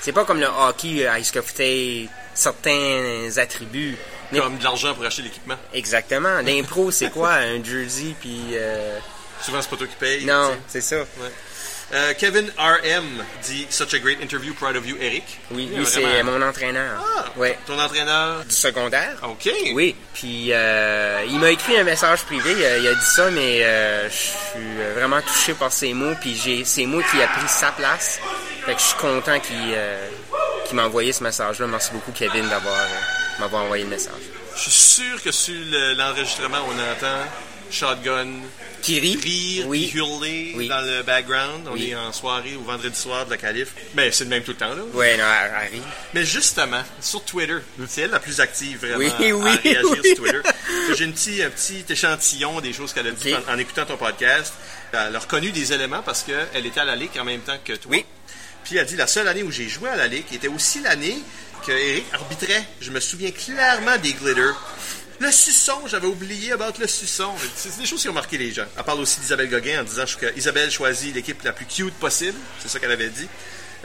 Speaker 24: c'est pas comme le hockey à escoffer certains attributs.
Speaker 20: Comme de l'argent pour acheter l'équipement.
Speaker 24: Exactement. L'impro, c'est quoi? Un jersey, puis... euh,
Speaker 20: Souvent, c'est pas toi qui paye.
Speaker 24: Non,
Speaker 20: tu
Speaker 24: c'est ça.
Speaker 20: Euh, Kevin RM dit Such a great interview, proud of you, Eric.
Speaker 24: Oui,
Speaker 20: Il a
Speaker 24: lui, c'est
Speaker 20: vraiment-
Speaker 24: mon entraîneur.
Speaker 20: Ah,
Speaker 24: Ouais.
Speaker 20: Ton entraîneur
Speaker 24: Du secondaire.
Speaker 20: OK.
Speaker 24: Oui. Puis, euh, il m'a écrit un message privé. euh, Il a dit ça, mais euh, je suis vraiment touché par ses mots. Puis, j'ai- c'est moi qui a pris sa place. Fait que je suis content qu'il euh, qui m'a envoyé ce message-là. Merci beaucoup, Kevin, d'avoir euh, m'avoir envoyé le message.
Speaker 2: Je suis sûr que sur le- l'enregistrement, on entend Shotgun
Speaker 24: qui rit,
Speaker 2: oui. qui hurler dans le background. On est en soirée ou vendredi soir de la calife. Ben, c'est le même tout le temps, là.
Speaker 24: Ouais, non, elle, elle rit.
Speaker 2: Mais justement, sur Twitter, c'est elle la plus active vraiment
Speaker 24: Oui,
Speaker 2: à-
Speaker 24: oui,
Speaker 2: à réagir
Speaker 24: oui.
Speaker 2: sur Twitter. J'ai une petite- un petit échantillon des choses qu'elle a dit en, en écoutant ton podcast. Elle a reconnu des éléments parce qu'elle était à la Ligue en même temps que toi. Oui. Puis elle dit la seule année où j'ai joué à la Ligue était aussi l'année que Eric arbitrait. Je me souviens clairement des glitters. Le suçon, j'avais oublié about le suçon. C'est c'est des choses qui ont marqué les gens. Elle parle aussi d'Isabelle Gauguin en disant qu'Isabelle choisit l'équipe la plus cute possible. C'est ça qu'elle avait dit.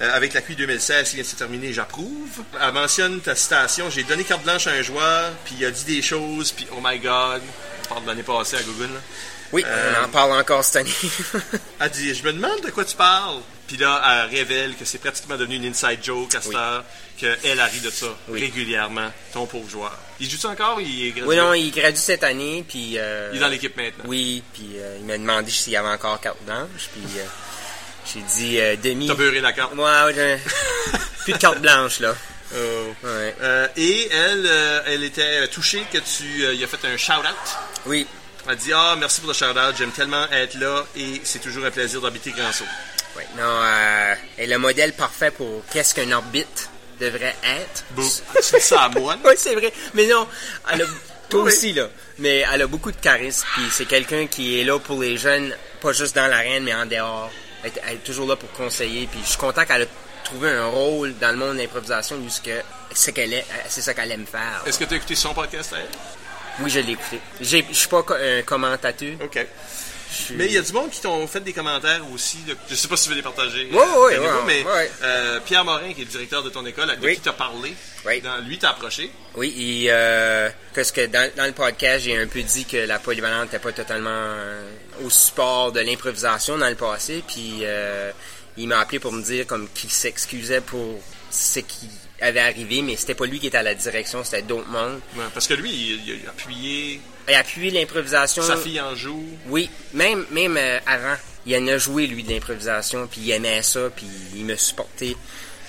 Speaker 2: Euh, avec la QI 2016 qui vient de se terminer, j'approuve. Elle mentionne ta citation. J'ai donné carte blanche à un joueur, puis il a dit des choses, puis oh my god. On parle de l'année passée à Google. là.
Speaker 24: Oui,
Speaker 2: Euh,
Speaker 24: on en parle encore cette année.
Speaker 2: Elle dit Je me demande de quoi tu parles. Puis là, elle révèle que c'est pratiquement devenu une inside joke à cette heure, qu'elle arrive de ça régulièrement, ton pauvre joueur. Il joue-tu encore ou il est gradué?
Speaker 24: oui, non, il gradue cette année, puis... euh,
Speaker 2: Il est dans l'équipe maintenant.
Speaker 24: Oui, puis euh, il m'a demandé s'il y avait encore carte blanche, puis euh, j'ai dit euh, demi. T'as
Speaker 2: beurré la carte.
Speaker 24: Ouais, ouais, j'ai- plus de carte blanche, là.
Speaker 2: Oh. Euh, et elle, euh, elle était touchée que tu euh, y as fait un shout-out.
Speaker 24: Oui.
Speaker 2: Elle dit Ah, merci pour le shout-out, j'aime tellement être là et c'est toujours un plaisir d'habiter Granceau.
Speaker 24: Oui, non, euh, et le modèle parfait pour qu'est-ce qu'un arbitre devrait être.
Speaker 2: Bouh, Ah, tu dis ça à moi.
Speaker 24: oui, c'est vrai. Mais non, elle a, toi aussi, là. Mais elle a beaucoup de charisme, puis c'est quelqu'un qui est là pour les jeunes, pas juste dans l'arène, mais en dehors. Elle, est- elle est toujours là pour conseiller, puis je suis content qu'elle a trouvé un rôle dans le monde de l'improvisation, où ce que- c'est qu'elle est- euh, c'est ça qu'elle aime faire.
Speaker 2: Est-ce que tu as écouté son podcast à elle?
Speaker 24: Oui, je l'ai écouté. J'ai- Je suis pas co- un commentateur.
Speaker 2: OK. Mais il y a du monde qui t'ont fait des commentaires aussi. de- je sais pas si tu veux les partager.
Speaker 24: Ouais,
Speaker 2: euh,
Speaker 24: ouais,
Speaker 2: avec nous,
Speaker 24: ouais,
Speaker 2: mais
Speaker 24: ouais.
Speaker 2: euh, Pierre Morin, qui est le directeur de ton école, à qui t'a parlé, dans- lui t'a approché.
Speaker 24: Oui, et euh, parce que dans, dans le podcast, j'ai un peu dit que la polyvalente n'était pas totalement euh, au support de l'improvisation dans le passé, puis euh, il m'a appelé pour me dire comme qu'il s'excusait pour ce qui avait arrivé, mais c'était pas lui qui était à la direction, c'était d'autres mondes.
Speaker 2: Ouais, parce que lui, il, il a appuyé.
Speaker 24: Et appuyer l'improvisation.
Speaker 2: Sa fille en joue.
Speaker 24: Oui, même, même euh, avant, il en a joué, lui, de l'improvisation, puis il aimait ça, puis il me supportait.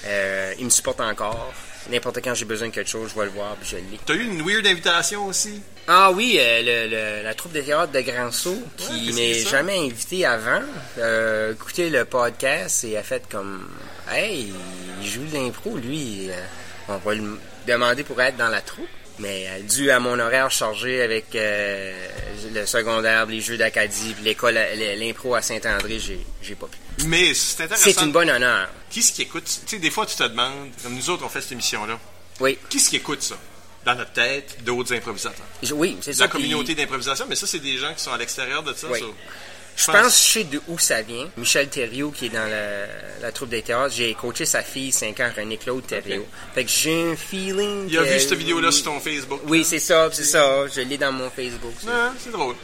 Speaker 24: Euh, il me supporte encore. N'importe quand j'ai besoin de quelque chose, je vais le voir, puis je l'ai.
Speaker 2: T'as eu une weird invitation aussi?
Speaker 24: Ah oui, euh, le- le- la troupe de théâtre de Granceau, qui
Speaker 2: qu'est-ce que
Speaker 24: m'est
Speaker 2: c'est ça?
Speaker 24: jamais invité avant, euh, écoutez le podcast et a fait comme « Hey, il joue de l'impro, lui. euh, on va lui demander pour être dans la troupe. » Mais euh, dû à mon horaire chargé avec euh, le secondaire, les Jeux d'Acadie, puis l'école, à- l'impro à Saint-André, j'ai j'ai pas pu.
Speaker 2: Mais c'est intéressant.
Speaker 24: C'est une bonne honneur.
Speaker 2: Qui ce qui écoute? Tu sais, des fois, tu te demandes, comme nous autres, on fait cette émission-là.
Speaker 24: Oui.
Speaker 2: Qui ce qui écoute ça? Dans notre tête, d'autres improvisateurs.
Speaker 24: Oui, c'est
Speaker 2: La
Speaker 24: ça, puis-
Speaker 2: communauté d'improvisation, mais ça, c'est des gens qui sont à l'extérieur de ça.
Speaker 24: Oui.
Speaker 2: so-
Speaker 24: Je pense que je sais de où ça vient. Michel Thériault, qui est dans la, la troupe des théâtres, j'ai coaché sa fille 5 ans, René-Claude Thériault. Fait que j'ai un feeling.
Speaker 2: Il a
Speaker 24: que-
Speaker 2: vu cette vidéo-là sur ton Facebook.
Speaker 24: Oui, c'est ça, c'est ça. Je l'ai dans mon Facebook. ça.
Speaker 2: Ouais, c'est drôle.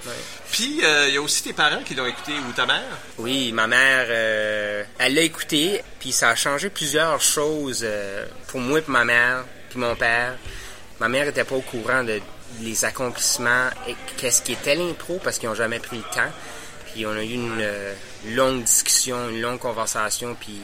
Speaker 2: Puis, euh, il y a aussi tes parents qui l'ont écouté, ou ta mère.
Speaker 24: Oui, ma mère, euh, elle l'a écouté, puis ça a changé plusieurs choses euh, pour moi, puis ma mère, puis mon père. Ma mère était pas au courant de les accomplissements et qu'est-ce qui était l'impro parce qu'ils ont jamais pris le temps. Puis on a eu une euh, longue discussion, une longue conversation, puis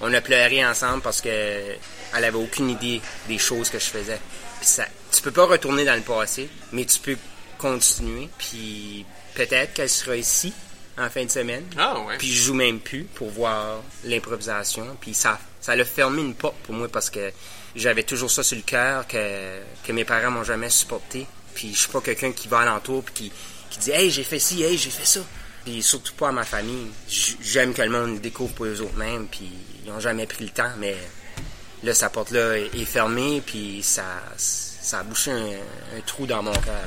Speaker 24: on a pleuré ensemble parce que elle avait aucune idée des choses que je faisais. Puis ça, tu peux pas retourner dans le passé, mais tu peux continuer. Puis peut-être qu'elle sera ici en fin de semaine.
Speaker 2: Ah ouais.
Speaker 24: Puis je joue même plus pour voir l'improvisation. Puis ça, ça a fermé une porte pour moi parce que j'avais toujours ça sur le cœur que, que mes parents m'ont jamais supporté. Puis je suis pas quelqu'un qui va alentour puis qui, qui dit hey j'ai fait ci, hey j'ai fait ça. Puis surtout pas à ma famille. J- J'aime que le monde le découvre pour eux autres mêmes. Puis ils ont jamais pris le temps, mais là sa porte là est est fermée. Puis ça, ça a bouché un, un trou dans mon cœur.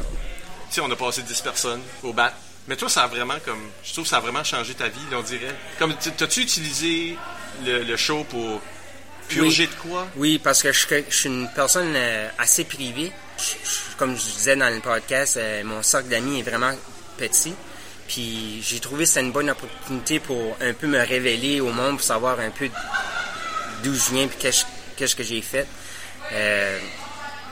Speaker 2: Tu sais, on a passé 10 personnes au bat. Mais toi, ça a vraiment comme. Je trouve que ça a vraiment changé ta vie, là, on dirait. Comme, t- t'as-tu utilisé le, le show pour purger
Speaker 24: Oui.
Speaker 2: de quoi?
Speaker 24: Oui, parce que je, suis- je suis une personne euh, assez privée. Je- je- comme je disais dans le podcast, euh, mon cercle d'amis est vraiment petit. Puis j'ai trouvé que c'était une bonne opportunité pour un peu me révéler au monde, pour savoir un peu d'où je viens, puis qu'est-ce qu'est-ce que j'ai fait. Euh,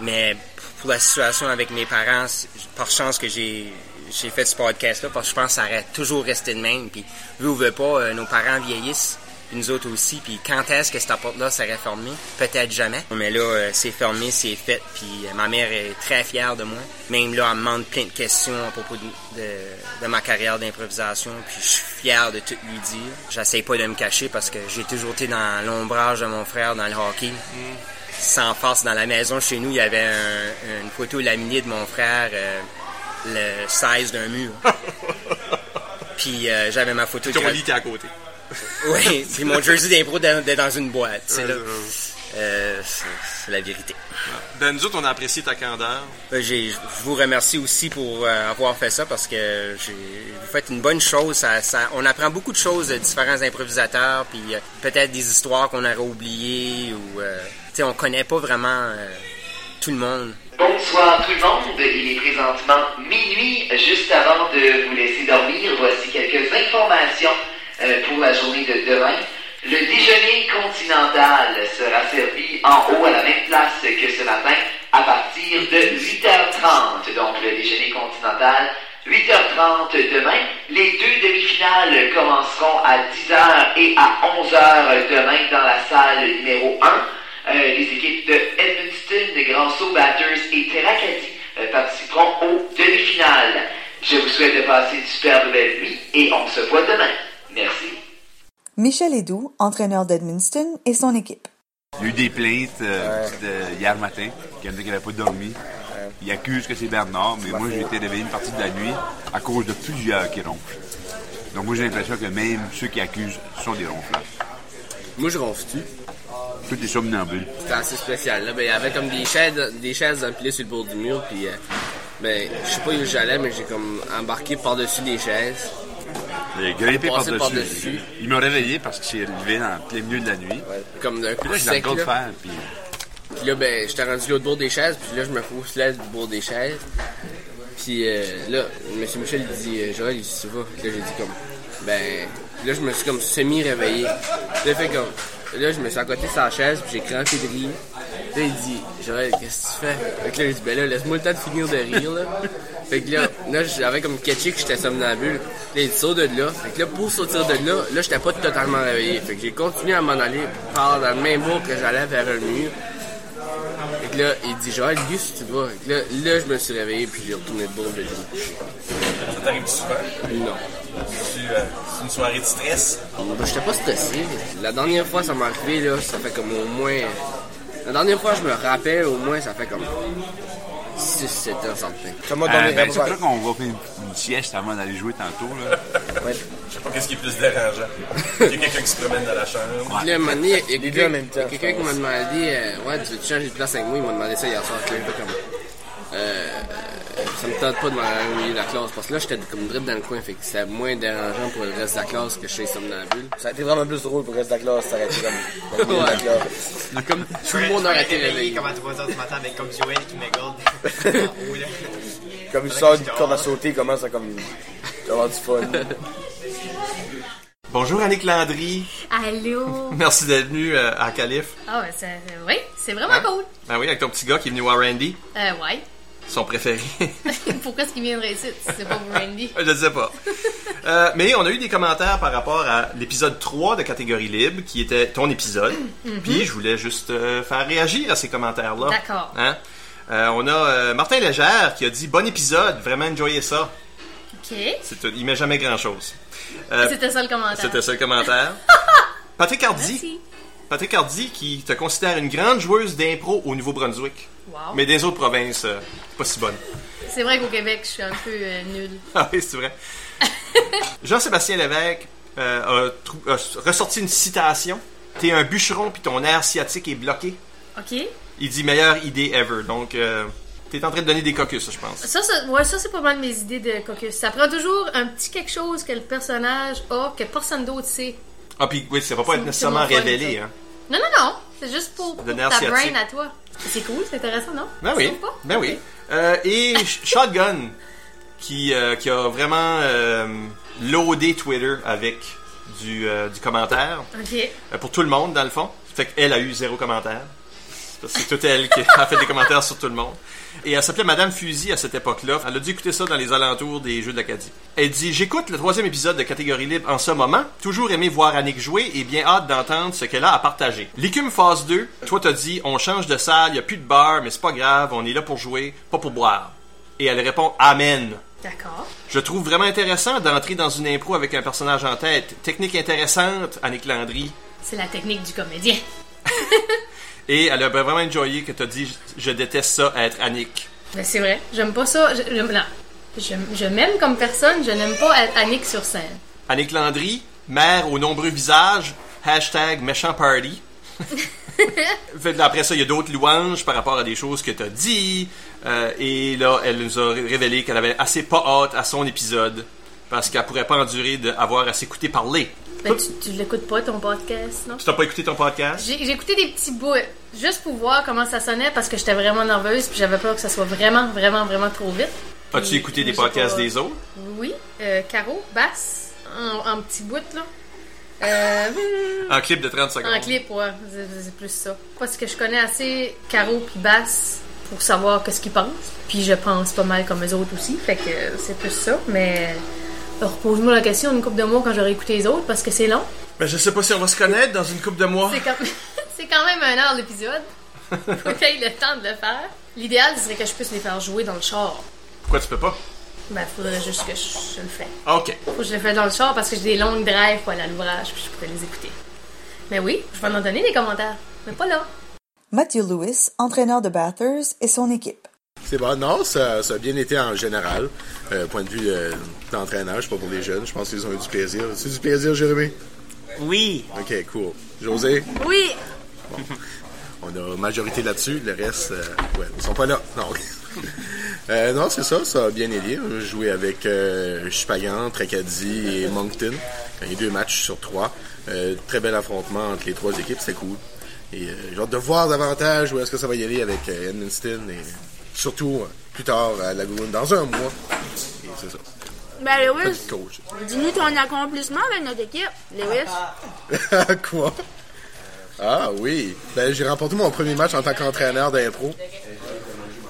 Speaker 24: mais pour la situation avec mes parents, c'est- par chance que j'ai j'ai fait ce podcast-là, parce que je pense que ça aurait toujours resté de même. Puis, veux ou veux pas, euh, nos parents vieillissent. puis nous autres aussi. Puis quand est-ce que cette porte-là serait fermée? Peut-être jamais. Mais là, euh, c'est fermé, c'est fait, puis euh, ma mère est très fière de moi. Même là, elle me demande plein de questions à propos de, de, de ma carrière d'improvisation, puis je suis fier de tout lui dire. J'essaie pas de me cacher parce que j'ai toujours été dans l'ombrage de mon frère dans le hockey. Sans force, dans la maison chez nous, il y avait un- une photo laminée de mon frère, euh, le 16 d'un mur. Puis euh, j'avais ma photo.
Speaker 27: Puis ton
Speaker 24: gra-
Speaker 27: lit était à côté.
Speaker 24: oui, puis mon jersey d'impro dans, dans une boîte. C'est là.
Speaker 2: euh.
Speaker 24: Euh, c'est- c'est la vérité.
Speaker 27: Ben, nous autres, on a apprécié ta candeur.
Speaker 24: Euh, j'ai- Je vous remercie aussi pour euh, avoir fait ça parce que j'ai- vous faites une bonne chose. Ça- ça- on apprend beaucoup de choses de différents improvisateurs, puis euh, peut-être des histoires qu'on aurait oubliées ou euh, tu sais, on connaît pas vraiment euh, tout le monde.
Speaker 1: Bonsoir tout le monde, il est présentement minuit. Juste avant de vous laisser dormir, voici quelques informations euh, pour la journée de demain. Le déjeuner continental sera servi en haut à la même place que ce matin à partir de 8h30. Donc le déjeuner continental, 8h30 demain. Les deux demi-finales commenceront à 10h et à 11h demain dans la salle numéro 1. Euh, les équipes de Edmundston, Granceau, Batters et Terracati euh, participeront aux demi-finales. Je vous souhaite de passer une superbe belle nuit et on se voit demain. Merci.
Speaker 4: Michel Edoux, entraîneur d'Edmundston et son équipe.
Speaker 26: Il y a eu des plaintes euh, de- hier matin, qui me dit qu'il n'avait pas dormi. Il accuse que c'est Bernard, mais moi j'ai été réveillé une partie de la nuit à cause de plusieurs qui ronflent. Donc moi j'ai l'impression que même ceux qui accusent sont des ronflants.
Speaker 15: Moi, je ronfle-tu?
Speaker 26: Tout est somnambule.
Speaker 15: C'était assez spécial. Là. Ben, il y avait comme des chaises, des chaises empilées sur le bord du mur. Puis, euh, ben, je sais pas où j'allais, mais j'ai comme embarqué par-dessus des chaises.
Speaker 26: Il a grimpé
Speaker 15: Passé
Speaker 26: par-dessus.
Speaker 15: par-dessus.
Speaker 26: il m'a réveillé parce qu'il s'est levé en plein milieu de la nuit.
Speaker 15: Comme d'un coup
Speaker 26: Là,
Speaker 15: de
Speaker 26: je l'ai
Speaker 15: sec.
Speaker 26: encore
Speaker 15: là.
Speaker 26: faire, puis
Speaker 2: euh,
Speaker 15: Puis là, ben, j'étais rendu l'autre bord des chaises, puis là, je me fous là du bord des chaises. Puis euh, là, M. Michel, il dit, euh, Joël, il dit, ça va. Puis là, j'ai dit comme, ben, là, je me suis comme semi-réveillé. Puis là, fait comme, là, je me suis à côté de sa chaise, puis j'ai crampé de rire. Là, il dit, Joël, qu'est-ce que tu fais? Fait que là, j'ai dit, ben là, laisse-moi le temps de finir de rire, là. Fait que là, là j'avais comme catché que j'étais somnambule. Là, il dit, saute de là. Fait que là, pour sortir de là, là, j'étais pas totalement réveillé. Fait que j'ai continué à m'en aller par dans le même bout que j'allais vers un mur.
Speaker 18: Euh,
Speaker 15: Fait que là, il dit Joël, Gus, tu vas. Fait que là, là, je me suis réveillé puis j'ai retourné de bord de lit.
Speaker 27: Ça euh, t'arrive souvent?
Speaker 15: Non.
Speaker 27: C'est une soirée de stress?
Speaker 15: Ben, j'étais pas stressé. La dernière fois, ça m'est arrivé, là, ça fait comme au moins. La dernière fois, je me rappelle, au moins, ça fait comme 6-7 ans, ça me fait.
Speaker 27: Euh,
Speaker 26: Ah, ben, c'est vrai qu'on va faire une, une sieste avant d'aller jouer tantôt. Là.
Speaker 27: Je sais pas qu'est-ce qui est plus dérangeant. Il y a quelqu'un qui se promène dans la chambre.
Speaker 15: Puis là, un moment donné, il
Speaker 27: Les
Speaker 15: y a
Speaker 27: deux
Speaker 15: quelqu'un-
Speaker 27: en même temps,
Speaker 15: il y a quelqu'un
Speaker 27: je
Speaker 15: qui m'a
Speaker 27: pense.
Speaker 15: demandé euh, Ouais, tu veux changer de place avec moi Il m'a demandé ça hier soir. Puis là, j'étais comme. Euh, euh, ça me tente pas de m'en au milieu de la classe. Parce que là, j'étais comme drip dans le coin. Fait que c'était moins dérangeant pour le reste de la classe que chez Somnambule.
Speaker 2: Ça a été vraiment plus drôle pour le reste de la classe, ça aurait été comme. dans le milieu de la classe.
Speaker 15: Ah, Comme tout le monde aurait été réveillé.
Speaker 6: comme à 3h du matin avec comme Joël qui m'égorde.
Speaker 2: Comme une sorte de corde à sauter commence à comme. avoir du fun. Bonjour Annick Landry.
Speaker 28: Allô?
Speaker 2: Merci d'être venue euh, à Calif.
Speaker 28: Ah, ouais, ça- oui, c'est vraiment
Speaker 2: Hein?
Speaker 28: cool.
Speaker 2: Ben oui, avec ton petit gars qui est venu voir Randy,
Speaker 28: Euh, ouais.
Speaker 2: son préféré.
Speaker 28: Pourquoi est-ce qu'il viendrait ici si c'est pas pour Randy?
Speaker 2: Je ne sais pas. Euh, mais on a eu des commentaires par rapport à l'épisode 3 de Catégorie Libre, qui était ton épisode.
Speaker 28: Mhm.
Speaker 2: Puis je voulais juste euh, faire réagir à ces commentaires-là.
Speaker 28: D'accord.
Speaker 2: Hein? Euh, on a euh, Martin Légère qui a dit Bon épisode, vraiment enjoyez ça.
Speaker 28: OK.
Speaker 2: C'est tout. Il met jamais grand-chose. Euh,
Speaker 28: Euh, C'était ça le commentaire.
Speaker 2: C'était ça le commentaire. Patrick Hardy.
Speaker 28: Merci.
Speaker 2: Patrick Hardy qui te considère une grande joueuse d'impro au Nouveau-Brunswick.
Speaker 28: Wow.
Speaker 2: Mais des autres provinces, euh, pas si bonne.
Speaker 28: C'est vrai qu'au Québec, je suis un peu euh, nulle.
Speaker 2: Ah oui, c'est vrai. Jean-Sébastien Lévesque euh, a, trou- a s- ressorti une citation. T'es un bûcheron puis ton air sciatique est bloqué.
Speaker 28: OK?
Speaker 2: Il dit meilleure idée ever. Donc, euh, t'es en train de donner des caucus, je pense.
Speaker 28: Ça, ça, ouais, ça c'est pas mal mes idées de caucus. Ça prend toujours un petit quelque chose que le personnage a que personne d'autre sait.
Speaker 2: Ah, puis oui, ça va pas être nécessairement
Speaker 28: c'est mon fun,
Speaker 2: révélé.
Speaker 28: ça.
Speaker 2: Hein.
Speaker 28: Non, non, non. C'est juste pour, pour
Speaker 2: De
Speaker 28: ta
Speaker 2: nerf sciatique.
Speaker 29: sciatique.
Speaker 28: brain à toi. C'est cool, c'est intéressant, non?
Speaker 2: Ben
Speaker 28: Tu
Speaker 2: oui.
Speaker 28: trouves pas?
Speaker 2: Ben oui. Euh, et Sh- Shotgun, qui, euh, qui a vraiment euh, loadé Twitter avec du, euh, du commentaire.
Speaker 28: OK.
Speaker 2: Euh, pour tout le monde, dans le fond. Fait qu'elle a eu zéro commentaire. parce que c'est tout elle qui a fait des commentaires sur tout le monde. Et elle s'appelait Madame Fusil à cette époque-là. Elle a dû écouter ça dans les alentours des Jeux de l'Acadie. Elle dit J'écoute le troisième épisode de Catégorie Libre en ce moment. Toujours aimé voir Annick jouer et bien hâte d'entendre ce qu'elle a à partager. L'écume phase 2, toi t'as dit On change de salle, y a plus de bar, mais c'est pas grave, on est là pour jouer, pas pour boire. Et elle répond Amen.
Speaker 28: D'accord.
Speaker 2: Je trouve vraiment intéressant d'entrer dans une impro avec un personnage en tête. Technique intéressante, Annick Landry.
Speaker 28: C'est la technique du comédien.
Speaker 2: Et elle a ben vraiment enjoyé que tu as dit Je déteste ça, être Annick.
Speaker 28: Ben, c'est vrai. J'aime pas ça. Je, je- non. Je- je m'aime comme personne. Je n'aime pas être Annick sur scène.
Speaker 2: Annick Landry, mère aux nombreux visages, hashtag méchant party. Fait que là, Après ça, il y a d'autres louanges par rapport à des choses que tu as dit. Euh, et là, elle nous a ré- révélé qu'elle avait assez pas hâte à son épisode parce qu'elle pourrait pas endurer d'avoir à s'écouter parler.
Speaker 28: Ben, tu, tu l'écoutes pas ton podcast, non?
Speaker 2: Tu t'as pas écouté ton podcast?
Speaker 28: J'ai j'ai écouté des petits bouts juste pour voir comment ça sonnait parce que j'étais vraiment nerveuse puis j'avais peur que ça soit vraiment, vraiment, vraiment trop vite.
Speaker 2: As-tu écouté des
Speaker 28: j'ai
Speaker 2: podcasts
Speaker 28: pas-
Speaker 2: des autres?
Speaker 28: Oui, euh, Caro, basse, en, en petit bout, là. Euh,
Speaker 2: Un clip de 30 secondes.
Speaker 28: en clip, ouais, c'est- c'est plus ça. Parce que je connais assez Caro puis Basse pour savoir qu'est-ce qu'ils pensent. Puis je pense pas mal comme eux autres aussi, fait que euh, c'est plus ça. Mais euh, repose-moi la question une coupe de mois quand j'aurai écouté les autres parce que c'est long.
Speaker 2: Ben, je sais pas si on va se connaître dans une coupe de mois.
Speaker 28: C'est quand, c'est quand même un heure l'épisode. Faut que t'aies le temps de le faire. L'idéal, ce serait que je puisse les faire jouer dans le char.
Speaker 2: Pourquoi tu peux pas?
Speaker 28: Ben, faudrait juste que je, je le fasse.
Speaker 2: Ok.
Speaker 28: Faut que je le fasse dans le char parce que j'ai des longues drives pour aller à l'ouvrage puis je pourrais les écouter. Mais oui, je vais en donner des commentaires. Mais pas là.
Speaker 4: Matthew Lewis, entraîneur de Bathurst, et son équipe.
Speaker 10: C'est bon. Non, ça, ça a bien été en général. Euh, point de vue euh, d'entraînage, c'est pas pour les jeunes. Je pense qu'ils ont eu du plaisir. C'est du plaisir, Jérémy? Oui. OK, cool. José?
Speaker 25: Oui.
Speaker 10: On a majorité là-dessus. Le reste, euh, ouais, ils sont pas là. Non. Euh, non, c'est ça, ça a bien aidé. J'ai joué avec euh, Chupagan, Tracadie et Moncton. Il y a deux matchs sur trois. Euh, très bel affrontement entre les trois équipes, c'était cool. Et euh, j'ai hâte de voir davantage où est-ce que ça va y aller avec euh, Edmundston et surtout euh, plus tard à la Lagoon dans un mois. Et c'est ça.
Speaker 9: Ben,
Speaker 10: Pas
Speaker 9: Lewis,
Speaker 10: de coach.
Speaker 9: dis-nous ton accomplissement avec notre équipe, Lewis.
Speaker 14: Ah,
Speaker 10: Quoi? Ah oui. Ben, j'ai remporté mon premier match en tant qu'entraîneur d'impro.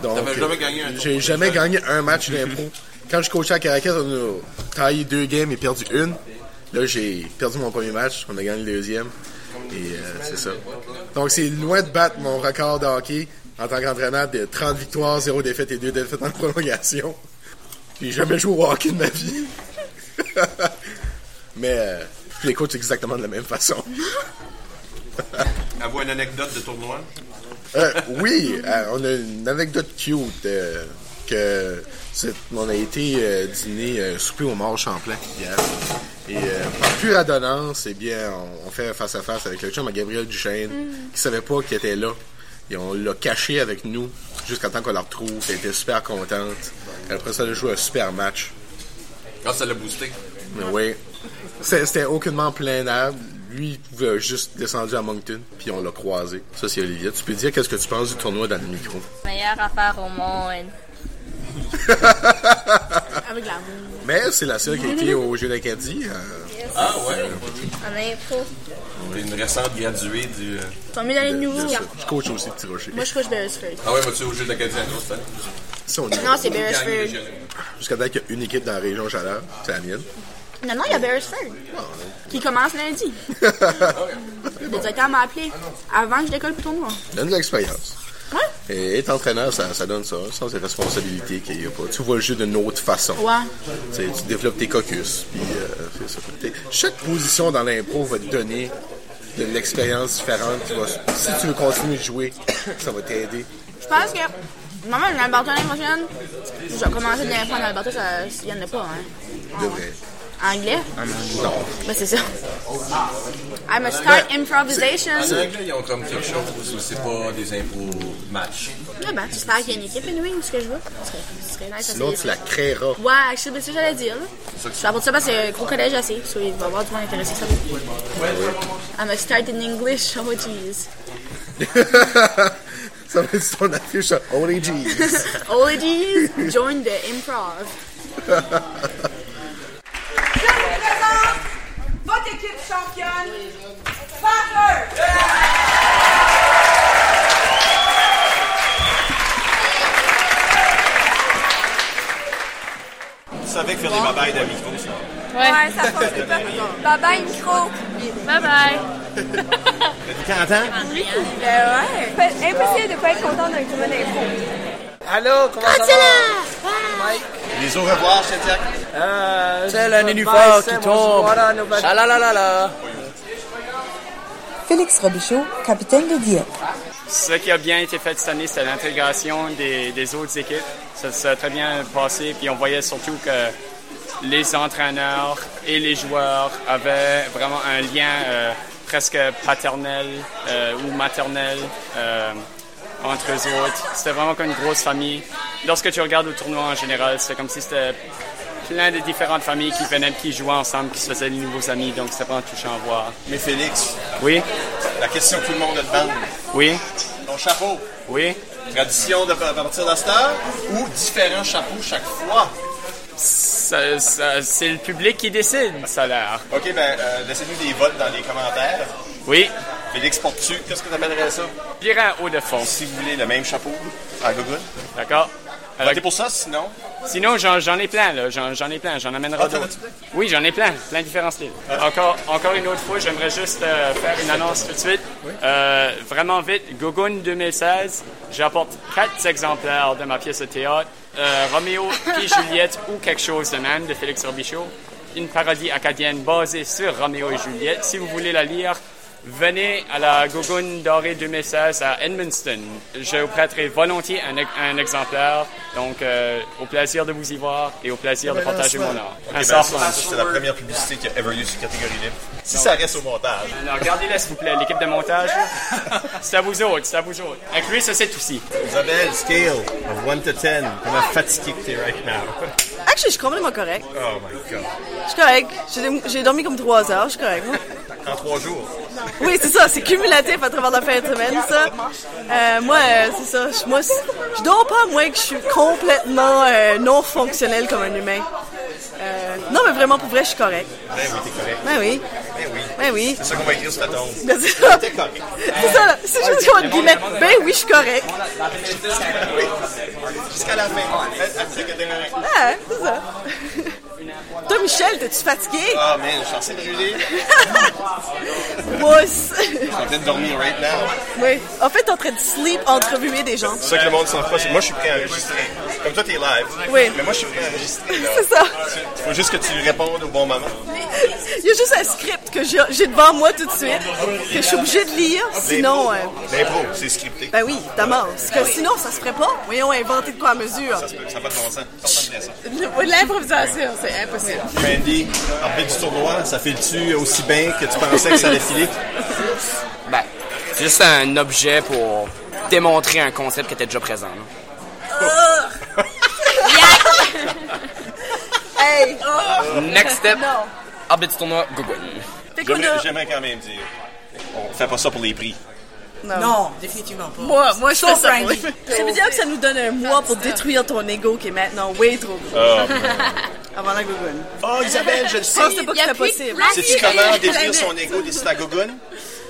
Speaker 10: Donc,
Speaker 15: T'avais jamais gagné un
Speaker 10: euh,
Speaker 15: tournoi
Speaker 10: J'ai
Speaker 15: de
Speaker 10: jamais
Speaker 15: golf.
Speaker 10: gagné un match d'impro. Quand je coachais à Caracas, on a taillé deux games et perdu une. Là, j'ai perdu mon premier match. On a gagné le deuxième. Et euh, c'est ça. Donc, c'est loin de battre mon record de hockey en tant qu'entraîneur de 30 victoires, 0 défaites et 2 défaites en prolongation. J'ai jamais joué au hockey de ma vie. Mais euh, je les coach exactement de la même façon.
Speaker 2: Avoir une anecdote de tournoi.
Speaker 10: Euh, oui, euh, on a une anecdote cute euh, que c'est- on a été euh, dîner euh, souper au mort Champlain hier. Et euh, par pure adonnance, eh bien, on, on fait face à face avec le chum à Gabriel Duchesne, qui savait pas qu'il était là. Et on l'a caché avec nous jusqu'à temps qu'on la retrouve. Elle était super contente. Après ça, elle a joué un super match.
Speaker 7: Ah, ça l'a boosté.
Speaker 10: Mais oui. C'est- C'était aucunement plein air. Lui, il pouvait juste descendu à Moncton, puis on l'a croisé. Ça, c'est Olivier. Tu peux dire qu'est-ce que tu penses du tournoi dans le micro?
Speaker 9: Meilleure affaire au monde. Avec l'amour.
Speaker 10: Mais c'est la seule qui a été au Jeu d'Acadie. euh,
Speaker 7: Ah ouais?
Speaker 9: En impro.
Speaker 7: T'es une récente graduée du. euh,
Speaker 9: T'as mis dans les nouveaux.
Speaker 10: Je coach aussi petit rocher.
Speaker 9: Moi, je coach Beresford.
Speaker 7: Ah ouais, vas-tu au jeu de l'Acadie à hein? Noël cette année?
Speaker 10: Ça, on
Speaker 9: Non, c'est Beresford.
Speaker 10: Jusqu'à temps qu'il y a une équipe dans la région Chaleur, c'est la mienne.
Speaker 9: Non, non, il y a Beresford. Qui commence lundi. Le directeur m'a appelé avant que je décolle pour ton nom.
Speaker 10: Donne de l'expérience.
Speaker 9: Ouais.
Speaker 10: Et être entraîneur, ça, ça donne ça, sens de responsabilité qu'il y a pas. Tu vois le jeu d'une autre façon.
Speaker 9: Ouais.
Speaker 10: Tu sais, tu développes tes caucus, puis euh, c'est ça. T'es- Chaque position dans l'impro va te donner de l'expérience différente. qui va- si tu veux continuer de jouer, ça va t'aider.
Speaker 9: Je pense que, maman, dans le bateau l'année prochaine, je vais commencer de l'impro dans le bateau, ça, il y en a pas, hein.
Speaker 10: De vrai.
Speaker 9: Anglais?
Speaker 15: Ah,
Speaker 10: Non.
Speaker 9: Ben, c'est ça. I'm a start improvisation.
Speaker 7: En anglais, ils ont comme quelque chose où c'est pas des impôts match.
Speaker 9: Ouais, ben, j'espère qu'il y a une équipe, anyway, ou ce que je veux. Ce serait, ce serait nice.
Speaker 7: Sinon,
Speaker 9: essayer
Speaker 7: tu la
Speaker 9: ça.
Speaker 10: créeras.
Speaker 9: Ouais, je sais pas ce que j'allais dire, là.
Speaker 10: ça que
Speaker 9: Je t'apporte ça parce que c'est un gros collège assez, so il va y avoir du monde intéressé, ça va.
Speaker 10: Ah
Speaker 9: I'm a start in English, oh jeez.
Speaker 10: Ça va être ton affiche, ça. Holy jeez.
Speaker 9: Oh jeez, join the improv.
Speaker 21: Votre équipe championne, Bathurst!
Speaker 2: savais que faire des babayes d'amis.
Speaker 9: Ouais, ça fonctionne pas. Bye bye, micro. Bye bye.
Speaker 2: T'as dit 40 ans?
Speaker 9: Ben ouais. Pas- Impossible de pas être content d'un tournoi d'impro.
Speaker 10: Allô, comment ça
Speaker 3: Ah!
Speaker 10: va? Mike.
Speaker 2: Les au revoir, c'est ça.
Speaker 10: C'est
Speaker 15: le nénuphar qui tombe. Ah là là là
Speaker 10: là.
Speaker 4: Félix Robichaud, capitaine de Dieppe.
Speaker 22: Ce qui a bien été fait cette année, c'était l'intégration des, des autres équipes. Ça s'est très bien passé. Puis on voyait surtout que les entraîneurs et les joueurs avaient vraiment un lien euh, presque paternel euh, ou maternel euh, entre eux autres. C'était vraiment comme une grosse famille. Lorsque tu regardes le tournoi en général, c'est comme si c'était plein de différentes familles qui venaient, qui jouaient ensemble, qui se faisaient de nouveaux amis. Donc c'était vraiment touchant à voir.
Speaker 2: Mais Félix,
Speaker 22: Oui,
Speaker 2: la question que tout le monde te demande.
Speaker 22: oui.
Speaker 2: Ton chapeau.
Speaker 22: Oui.
Speaker 2: Tradition de à partir de la star ou différents chapeaux chaque fois?
Speaker 22: Ça- ça- c'est le public qui décide, ça a l'air.
Speaker 2: OK, ben, euh, laissez-nous des votes dans les commentaires.
Speaker 22: Oui.
Speaker 2: Félix, portes-tu? Qu'est-ce que t'appellerais ça?
Speaker 22: Pirant haut de fond.
Speaker 2: Si vous voulez le même chapeau à Google.
Speaker 22: D'accord.
Speaker 2: Votez pour ça, sinon.
Speaker 22: Sinon, j'en, j'en ai plein, là. J'en, j'en ai plein. J'en amènerai
Speaker 2: Ah, t'en
Speaker 22: d'autres.
Speaker 2: as-tu plein?
Speaker 22: Oui, j'en ai plein. Plein de différents styles. Encore, encore une autre fois, j'aimerais juste euh, faire une annonce tout de suite. Euh, vraiment vite, Gogun 2016, j'apporte quatre exemplaires de ma pièce de théâtre. Euh, Roméo et Juliette ou quelque chose de même de Félix Robichaud. Une parodie acadienne basée sur Roméo et Juliette. Si vous voulez la lire, Venez à la Gogoun Dorée 2016 à Edmundston. Je vous prêterai volontiers un, ex- un exemplaire. Donc, euh, au plaisir de vous y voir et au plaisir de partager mon art.
Speaker 2: Ok,
Speaker 22: un
Speaker 2: Eh ben,
Speaker 22: sort
Speaker 2: ça, ça, c'est la première publicité qu'il y a ever eu sur catégorie libre. Si ça reste au montage.
Speaker 22: Alors, gardez-la, s'il vous plaît, l'équipe de montage. c'est à vous autres, c'est à vous autres. Incluez ce site aussi.
Speaker 2: Isabelle, scale of 1 to 10. Comment fatigué que t'es right now?
Speaker 3: Actually, je suis complètement correct.
Speaker 2: Oh my god.
Speaker 3: Je suis correct. J'ai- J'ai dormi comme trois heures. Je suis correct.
Speaker 2: En trois jours.
Speaker 3: Oui, c'est ça. C'est cumulatif à travers la fin de semaine, ça. Euh, moi, euh, c'est ça. Je, moi, c'est- je dors pas à moins que je suis complètement euh, non fonctionnel comme un humain. Euh, non, mais vraiment, pour vrai, je suis correct.
Speaker 2: Ben oui, t'es correct.
Speaker 3: Ben oui.
Speaker 2: Ben oui.
Speaker 3: Ben oui.
Speaker 2: C'est ça qu'on va écrire sur ta tombe.
Speaker 3: Ben, c'est ça.
Speaker 2: T'es correct.
Speaker 3: C'est ça, là. C'est juste qu'on guillemets. Ben oui, je suis correct.
Speaker 2: Oui. Jusqu'à la fin. Elle disait que t'es correct.
Speaker 3: Ah, c'est ça. Toi, Michel, t'es-tu fatigué?
Speaker 2: Ah, man, je suis assez brûlé.
Speaker 3: Mousse.
Speaker 2: Je suis en train de dormir right now.
Speaker 3: Oui. En fait, t'es en train de sleep entre humains des gens.
Speaker 2: C'est ça que le monde s'en fout. c'est que Moi, je suis prêt à enregistrer. Comme toi, t'es live.
Speaker 3: Oui.
Speaker 2: Mais moi, je suis prêt à enregistrer. là.
Speaker 3: C'est ça.
Speaker 2: Il faut juste que tu répondes au bon moment.
Speaker 3: Il y a juste un script que j'ai j'ai devant moi tout de suite, que je suis obligée de lire, sinon... euh,
Speaker 2: L'impro, c'est scripté.
Speaker 3: ben oui, d'abord. Parce que sinon, ça se ferait pas. Voyons, inventer de quoi à mesure.
Speaker 2: Ça n'a pas de bon sens. Personne ne fait ça.
Speaker 3: L'improvisation, c'est impossible.
Speaker 2: Randy, en fait du tournoi, ça file-tu aussi bien que tu pensais que ça allait filer?
Speaker 15: Ben, c'est juste un objet pour démontrer un concept qui était déjà présent. là.
Speaker 1: Oh!
Speaker 3: hey!
Speaker 15: Next step,
Speaker 3: Non.
Speaker 15: arbitre du tournoi, Google.
Speaker 3: Fait qu'on a-
Speaker 2: J'aimerais quand même dire, on fait pas ça pour les prix.
Speaker 3: Non.
Speaker 1: définitivement pas.
Speaker 3: Moi, moi, je fais
Speaker 1: Sauf
Speaker 3: ça.
Speaker 1: Randy.
Speaker 3: oui.
Speaker 21: Oh,
Speaker 3: Ça veut dire que ça nous donne un mois pour détruire ton ego qui est maintenant way trop gros.
Speaker 2: Ah.
Speaker 3: Avant la gougoune.
Speaker 2: Oh, Isabelle, je le sais.
Speaker 3: Je pensais pas que c'était possible.
Speaker 2: Sais-tu comment détruire son ego des gogoune?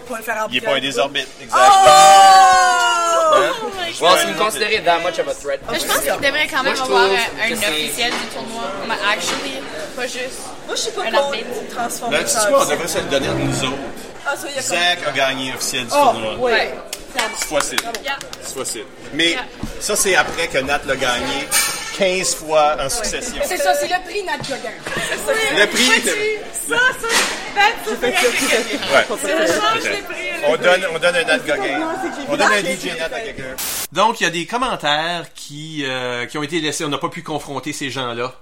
Speaker 3: Pour le faire
Speaker 2: Il est pas un des Hein? orbites, exact.
Speaker 3: Oh!
Speaker 15: Bon, si vous me considérez that much of a threat.
Speaker 1: Mais je pense qu'il devrait quand
Speaker 15: Moi,
Speaker 1: même
Speaker 15: je
Speaker 1: avoir euh,
Speaker 15: trouve
Speaker 1: un, un
Speaker 15: que c'est-
Speaker 1: officiel du tournoi. Mais actually, pas juste.
Speaker 3: Moi, je suis pas
Speaker 1: un
Speaker 3: contre
Speaker 1: update.
Speaker 3: transformer
Speaker 2: Ben, tu sais quoi, on devrait se le donner à nous autres.
Speaker 3: Ah, ça, il y a
Speaker 2: Zach a gagné officiel du
Speaker 3: Oh,
Speaker 2: tournoi.
Speaker 3: ouais.
Speaker 2: C'est facile.
Speaker 21: Ah
Speaker 1: Yeah.
Speaker 2: C'est facile. Mais
Speaker 1: Yeah.
Speaker 2: ça, c'est après que Nat l'a gagné 15 fois en succession.
Speaker 1: C'est ça, c'est le prix Nat Gogan.
Speaker 2: Le prix,
Speaker 1: Vois-tu? Ça, ça, that's the thing.
Speaker 2: Ouais.
Speaker 1: C'est le change des prix.
Speaker 2: On donne, on donne un Nat Gauguin. On donne un DJ Nat à quelqu'un.
Speaker 24: Donc, il y a des commentaires qui, euh, qui ont été laissés. On n'a pas pu confronter ces gens-là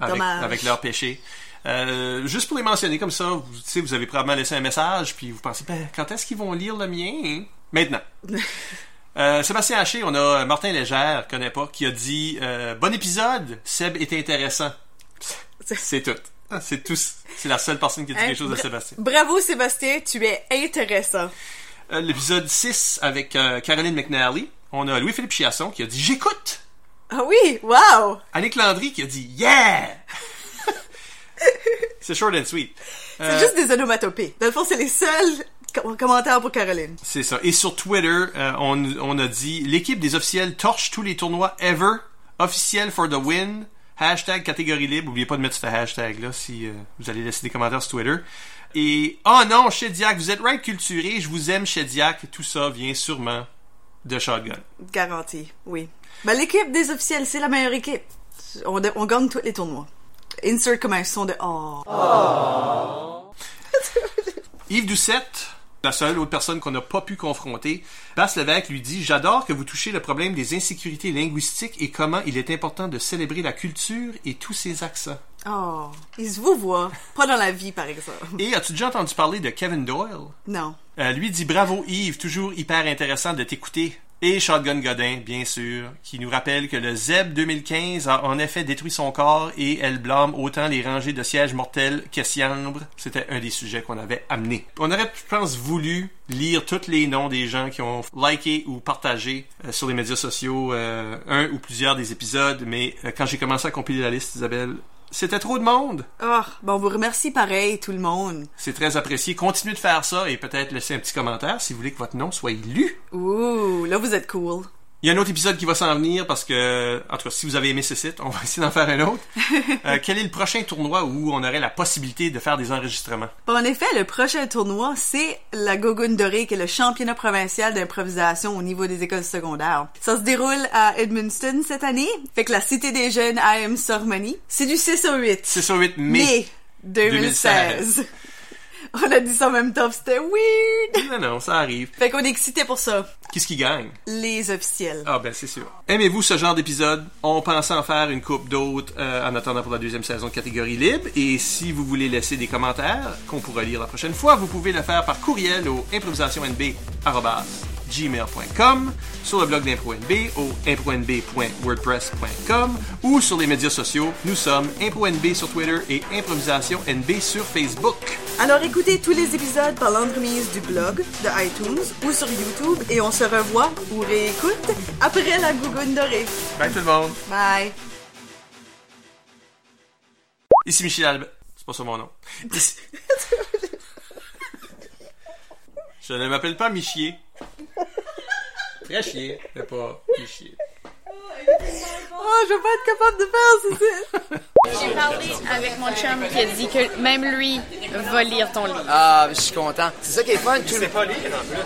Speaker 24: avec,
Speaker 30: Dommage.
Speaker 24: avec leurs péchés. Euh, juste pour les mentionner comme ça, vous, tu sais, vous avez probablement laissé un message, puis vous pensez, ben, quand est-ce qu'ils vont lire le mien? hein? Maintenant. Euh, Sébastien Haché, on a Martin Légère, connaît pas, qui a dit euh, Bon épisode, Seb est intéressant. C'est tout. Ah, C'est tout. C'est la seule personne qui a dit
Speaker 3: Hein,
Speaker 24: quelque chose à
Speaker 3: bra-
Speaker 24: Sébastien.
Speaker 3: Bravo, Sébastien, tu es intéressant.
Speaker 24: Euh, L'épisode 6 avec euh, Caroline McNally, on a Louis-Philippe Chiasson qui a dit J'écoute
Speaker 3: Ah oui, wow!
Speaker 24: Annick Landry qui a dit Yeah! c'est short and sweet.
Speaker 3: C'est
Speaker 24: Euh,
Speaker 3: juste des onomatopées. Dans le fond, c'est les seuls com- commentaires pour Caroline.
Speaker 24: C'est ça. Et sur Twitter, euh, on, on a dit l'équipe des officiels torche tous les tournois ever. Officiel for the win.
Speaker 2: Hashtag catégorie libre. N'oubliez pas de mettre ce hashtag-là si euh, vous allez laisser des commentaires sur Twitter. Et, oh non, chez Diac, vous êtes right culturé, je vous aime chez Diac. Tout ça vient sûrement de Shotgun.
Speaker 3: Garanti, oui. Ben, l'équipe des officiels, c'est la meilleure équipe. On, on gagne tous les tournois. Insert comme un son de oh.
Speaker 2: Yves Doucette, la seule autre personne qu'on n'a pas pu confronter, Basse Lévesque lui dit J'adore que vous touchez le problème des insécurités linguistiques et comment il est important de célébrer la culture et tous ses accents.
Speaker 3: Oh. Ils se vous voient. Pas dans la vie, par exemple.
Speaker 2: Et as-tu déjà entendu parler de Kevin Doyle
Speaker 3: Non.
Speaker 2: Euh, Lui dit Bravo Yves, toujours hyper intéressant de t'écouter. Et Shotgun Godin, bien sûr, qui nous rappelle que le ZEB 2015 a en effet détruit son corps et elle blâme autant les rangées de sièges mortels qu'Essiambre. C'était un des sujets qu'on avait amené. On aurait, je pense, voulu lire tous les noms des gens qui ont liké ou partagé euh, sur les médias sociaux euh, un ou plusieurs des épisodes, mais euh, quand j'ai commencé à compiler la liste, Isabelle, c'était trop de monde.
Speaker 3: Oh, ben on vous remercie pareil, tout le monde.
Speaker 2: C'est très apprécié. Continuez de faire ça et peut-être laisser un petit commentaire si vous voulez que votre nom soit lu.
Speaker 3: Ouh, là, vous êtes cool.
Speaker 2: Il y a un autre épisode qui va s'en venir parce que, en tout cas, si vous avez aimé ce site, on va essayer d'en faire un autre. Euh, quel est le prochain tournoi où on aurait la possibilité de faire des enregistrements?
Speaker 3: Bon, en effet, le prochain tournoi, c'est la Gogoune Dorée, qui est le championnat provincial d'improvisation au niveau des écoles secondaires. Ça se déroule à Edmundston cette année, fait que la Cité des Jeunes à M. Sormony. C'est du 6 au 8.
Speaker 2: 6 au 8 mai.
Speaker 3: 2016. On a dit ça en même temps, puis c'était weird.
Speaker 2: Non, non, ça arrive.
Speaker 3: Fait qu'on est excités pour ça.
Speaker 2: Qu'est-ce qui gagne?
Speaker 3: Les officiels.
Speaker 2: Ah ben c'est sûr. Aimez-vous ce genre d'épisode? On pense en faire une coupe d'autres euh, en attendant pour la deuxième saison de catégorie libre. Et si vous voulez laisser des commentaires qu'on pourra lire la prochaine fois, vous pouvez le faire par courriel au improvisationnb.gmail.com, sur le blog d'ImproNB au impronb.wordpress.com ou sur les médias sociaux. Nous sommes ImproNB sur Twitter et ImprovisationNB sur Facebook.
Speaker 3: Alors écoutez tous les épisodes par l'entremise du blog, de iTunes ou sur YouTube et on se revoit ou réécoute après la Gougoune Dorée.
Speaker 2: Bye tout le monde!
Speaker 3: Bye.
Speaker 2: Ici Michel Albert. C'est pas ça mon nom. Ici- Je ne m'appelle pas Michier. Très chier, mais pas Michier.
Speaker 3: Oh, je vais pas être capable de faire, c'est ça.
Speaker 9: J'ai parlé avec mon chum qui a dit que même lui va lire ton livre.
Speaker 1: Ah, je suis content. C'est ça qui est fun. Tout le... pas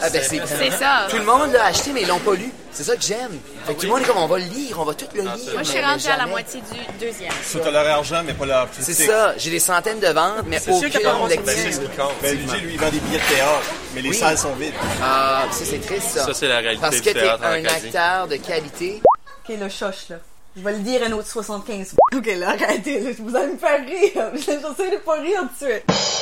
Speaker 1: Ah, ben, c'est
Speaker 9: C'est ça.
Speaker 1: Tout le monde l'a acheté, mais ils l'ont pas lu. C'est ça que j'aime. Fait que tout le monde est comme, on va le lire, on va tout le lire.
Speaker 9: Ah, Moi, je suis
Speaker 1: mais- mais
Speaker 9: rendue à la
Speaker 1: jamais.
Speaker 9: moitié du deuxième.
Speaker 1: Faut
Speaker 14: T'as leur argent, mais pas leur
Speaker 1: C'est ça. J'ai des centaines de ventes, mais
Speaker 14: C'est sûr
Speaker 1: aucune
Speaker 14: qu'il y a pas de
Speaker 1: lecture.
Speaker 14: Ben, c'est ce qui compte. Ben, lui, lui, il vend des billets de théâtre, mais les salles sont vides.
Speaker 1: Ah, ça, c'est triste, ça.
Speaker 14: Ça, c'est la réalité
Speaker 1: Parce
Speaker 14: du
Speaker 1: que t'es
Speaker 14: théâtre en
Speaker 1: un
Speaker 14: Acadie.
Speaker 1: acteur de qualité.
Speaker 3: Ok, le choche, là. Je vais le dire un autre 75. Ok, là, arrêtez, là. Vous allez me faire rire. J'essaie de pas rire tout de suite.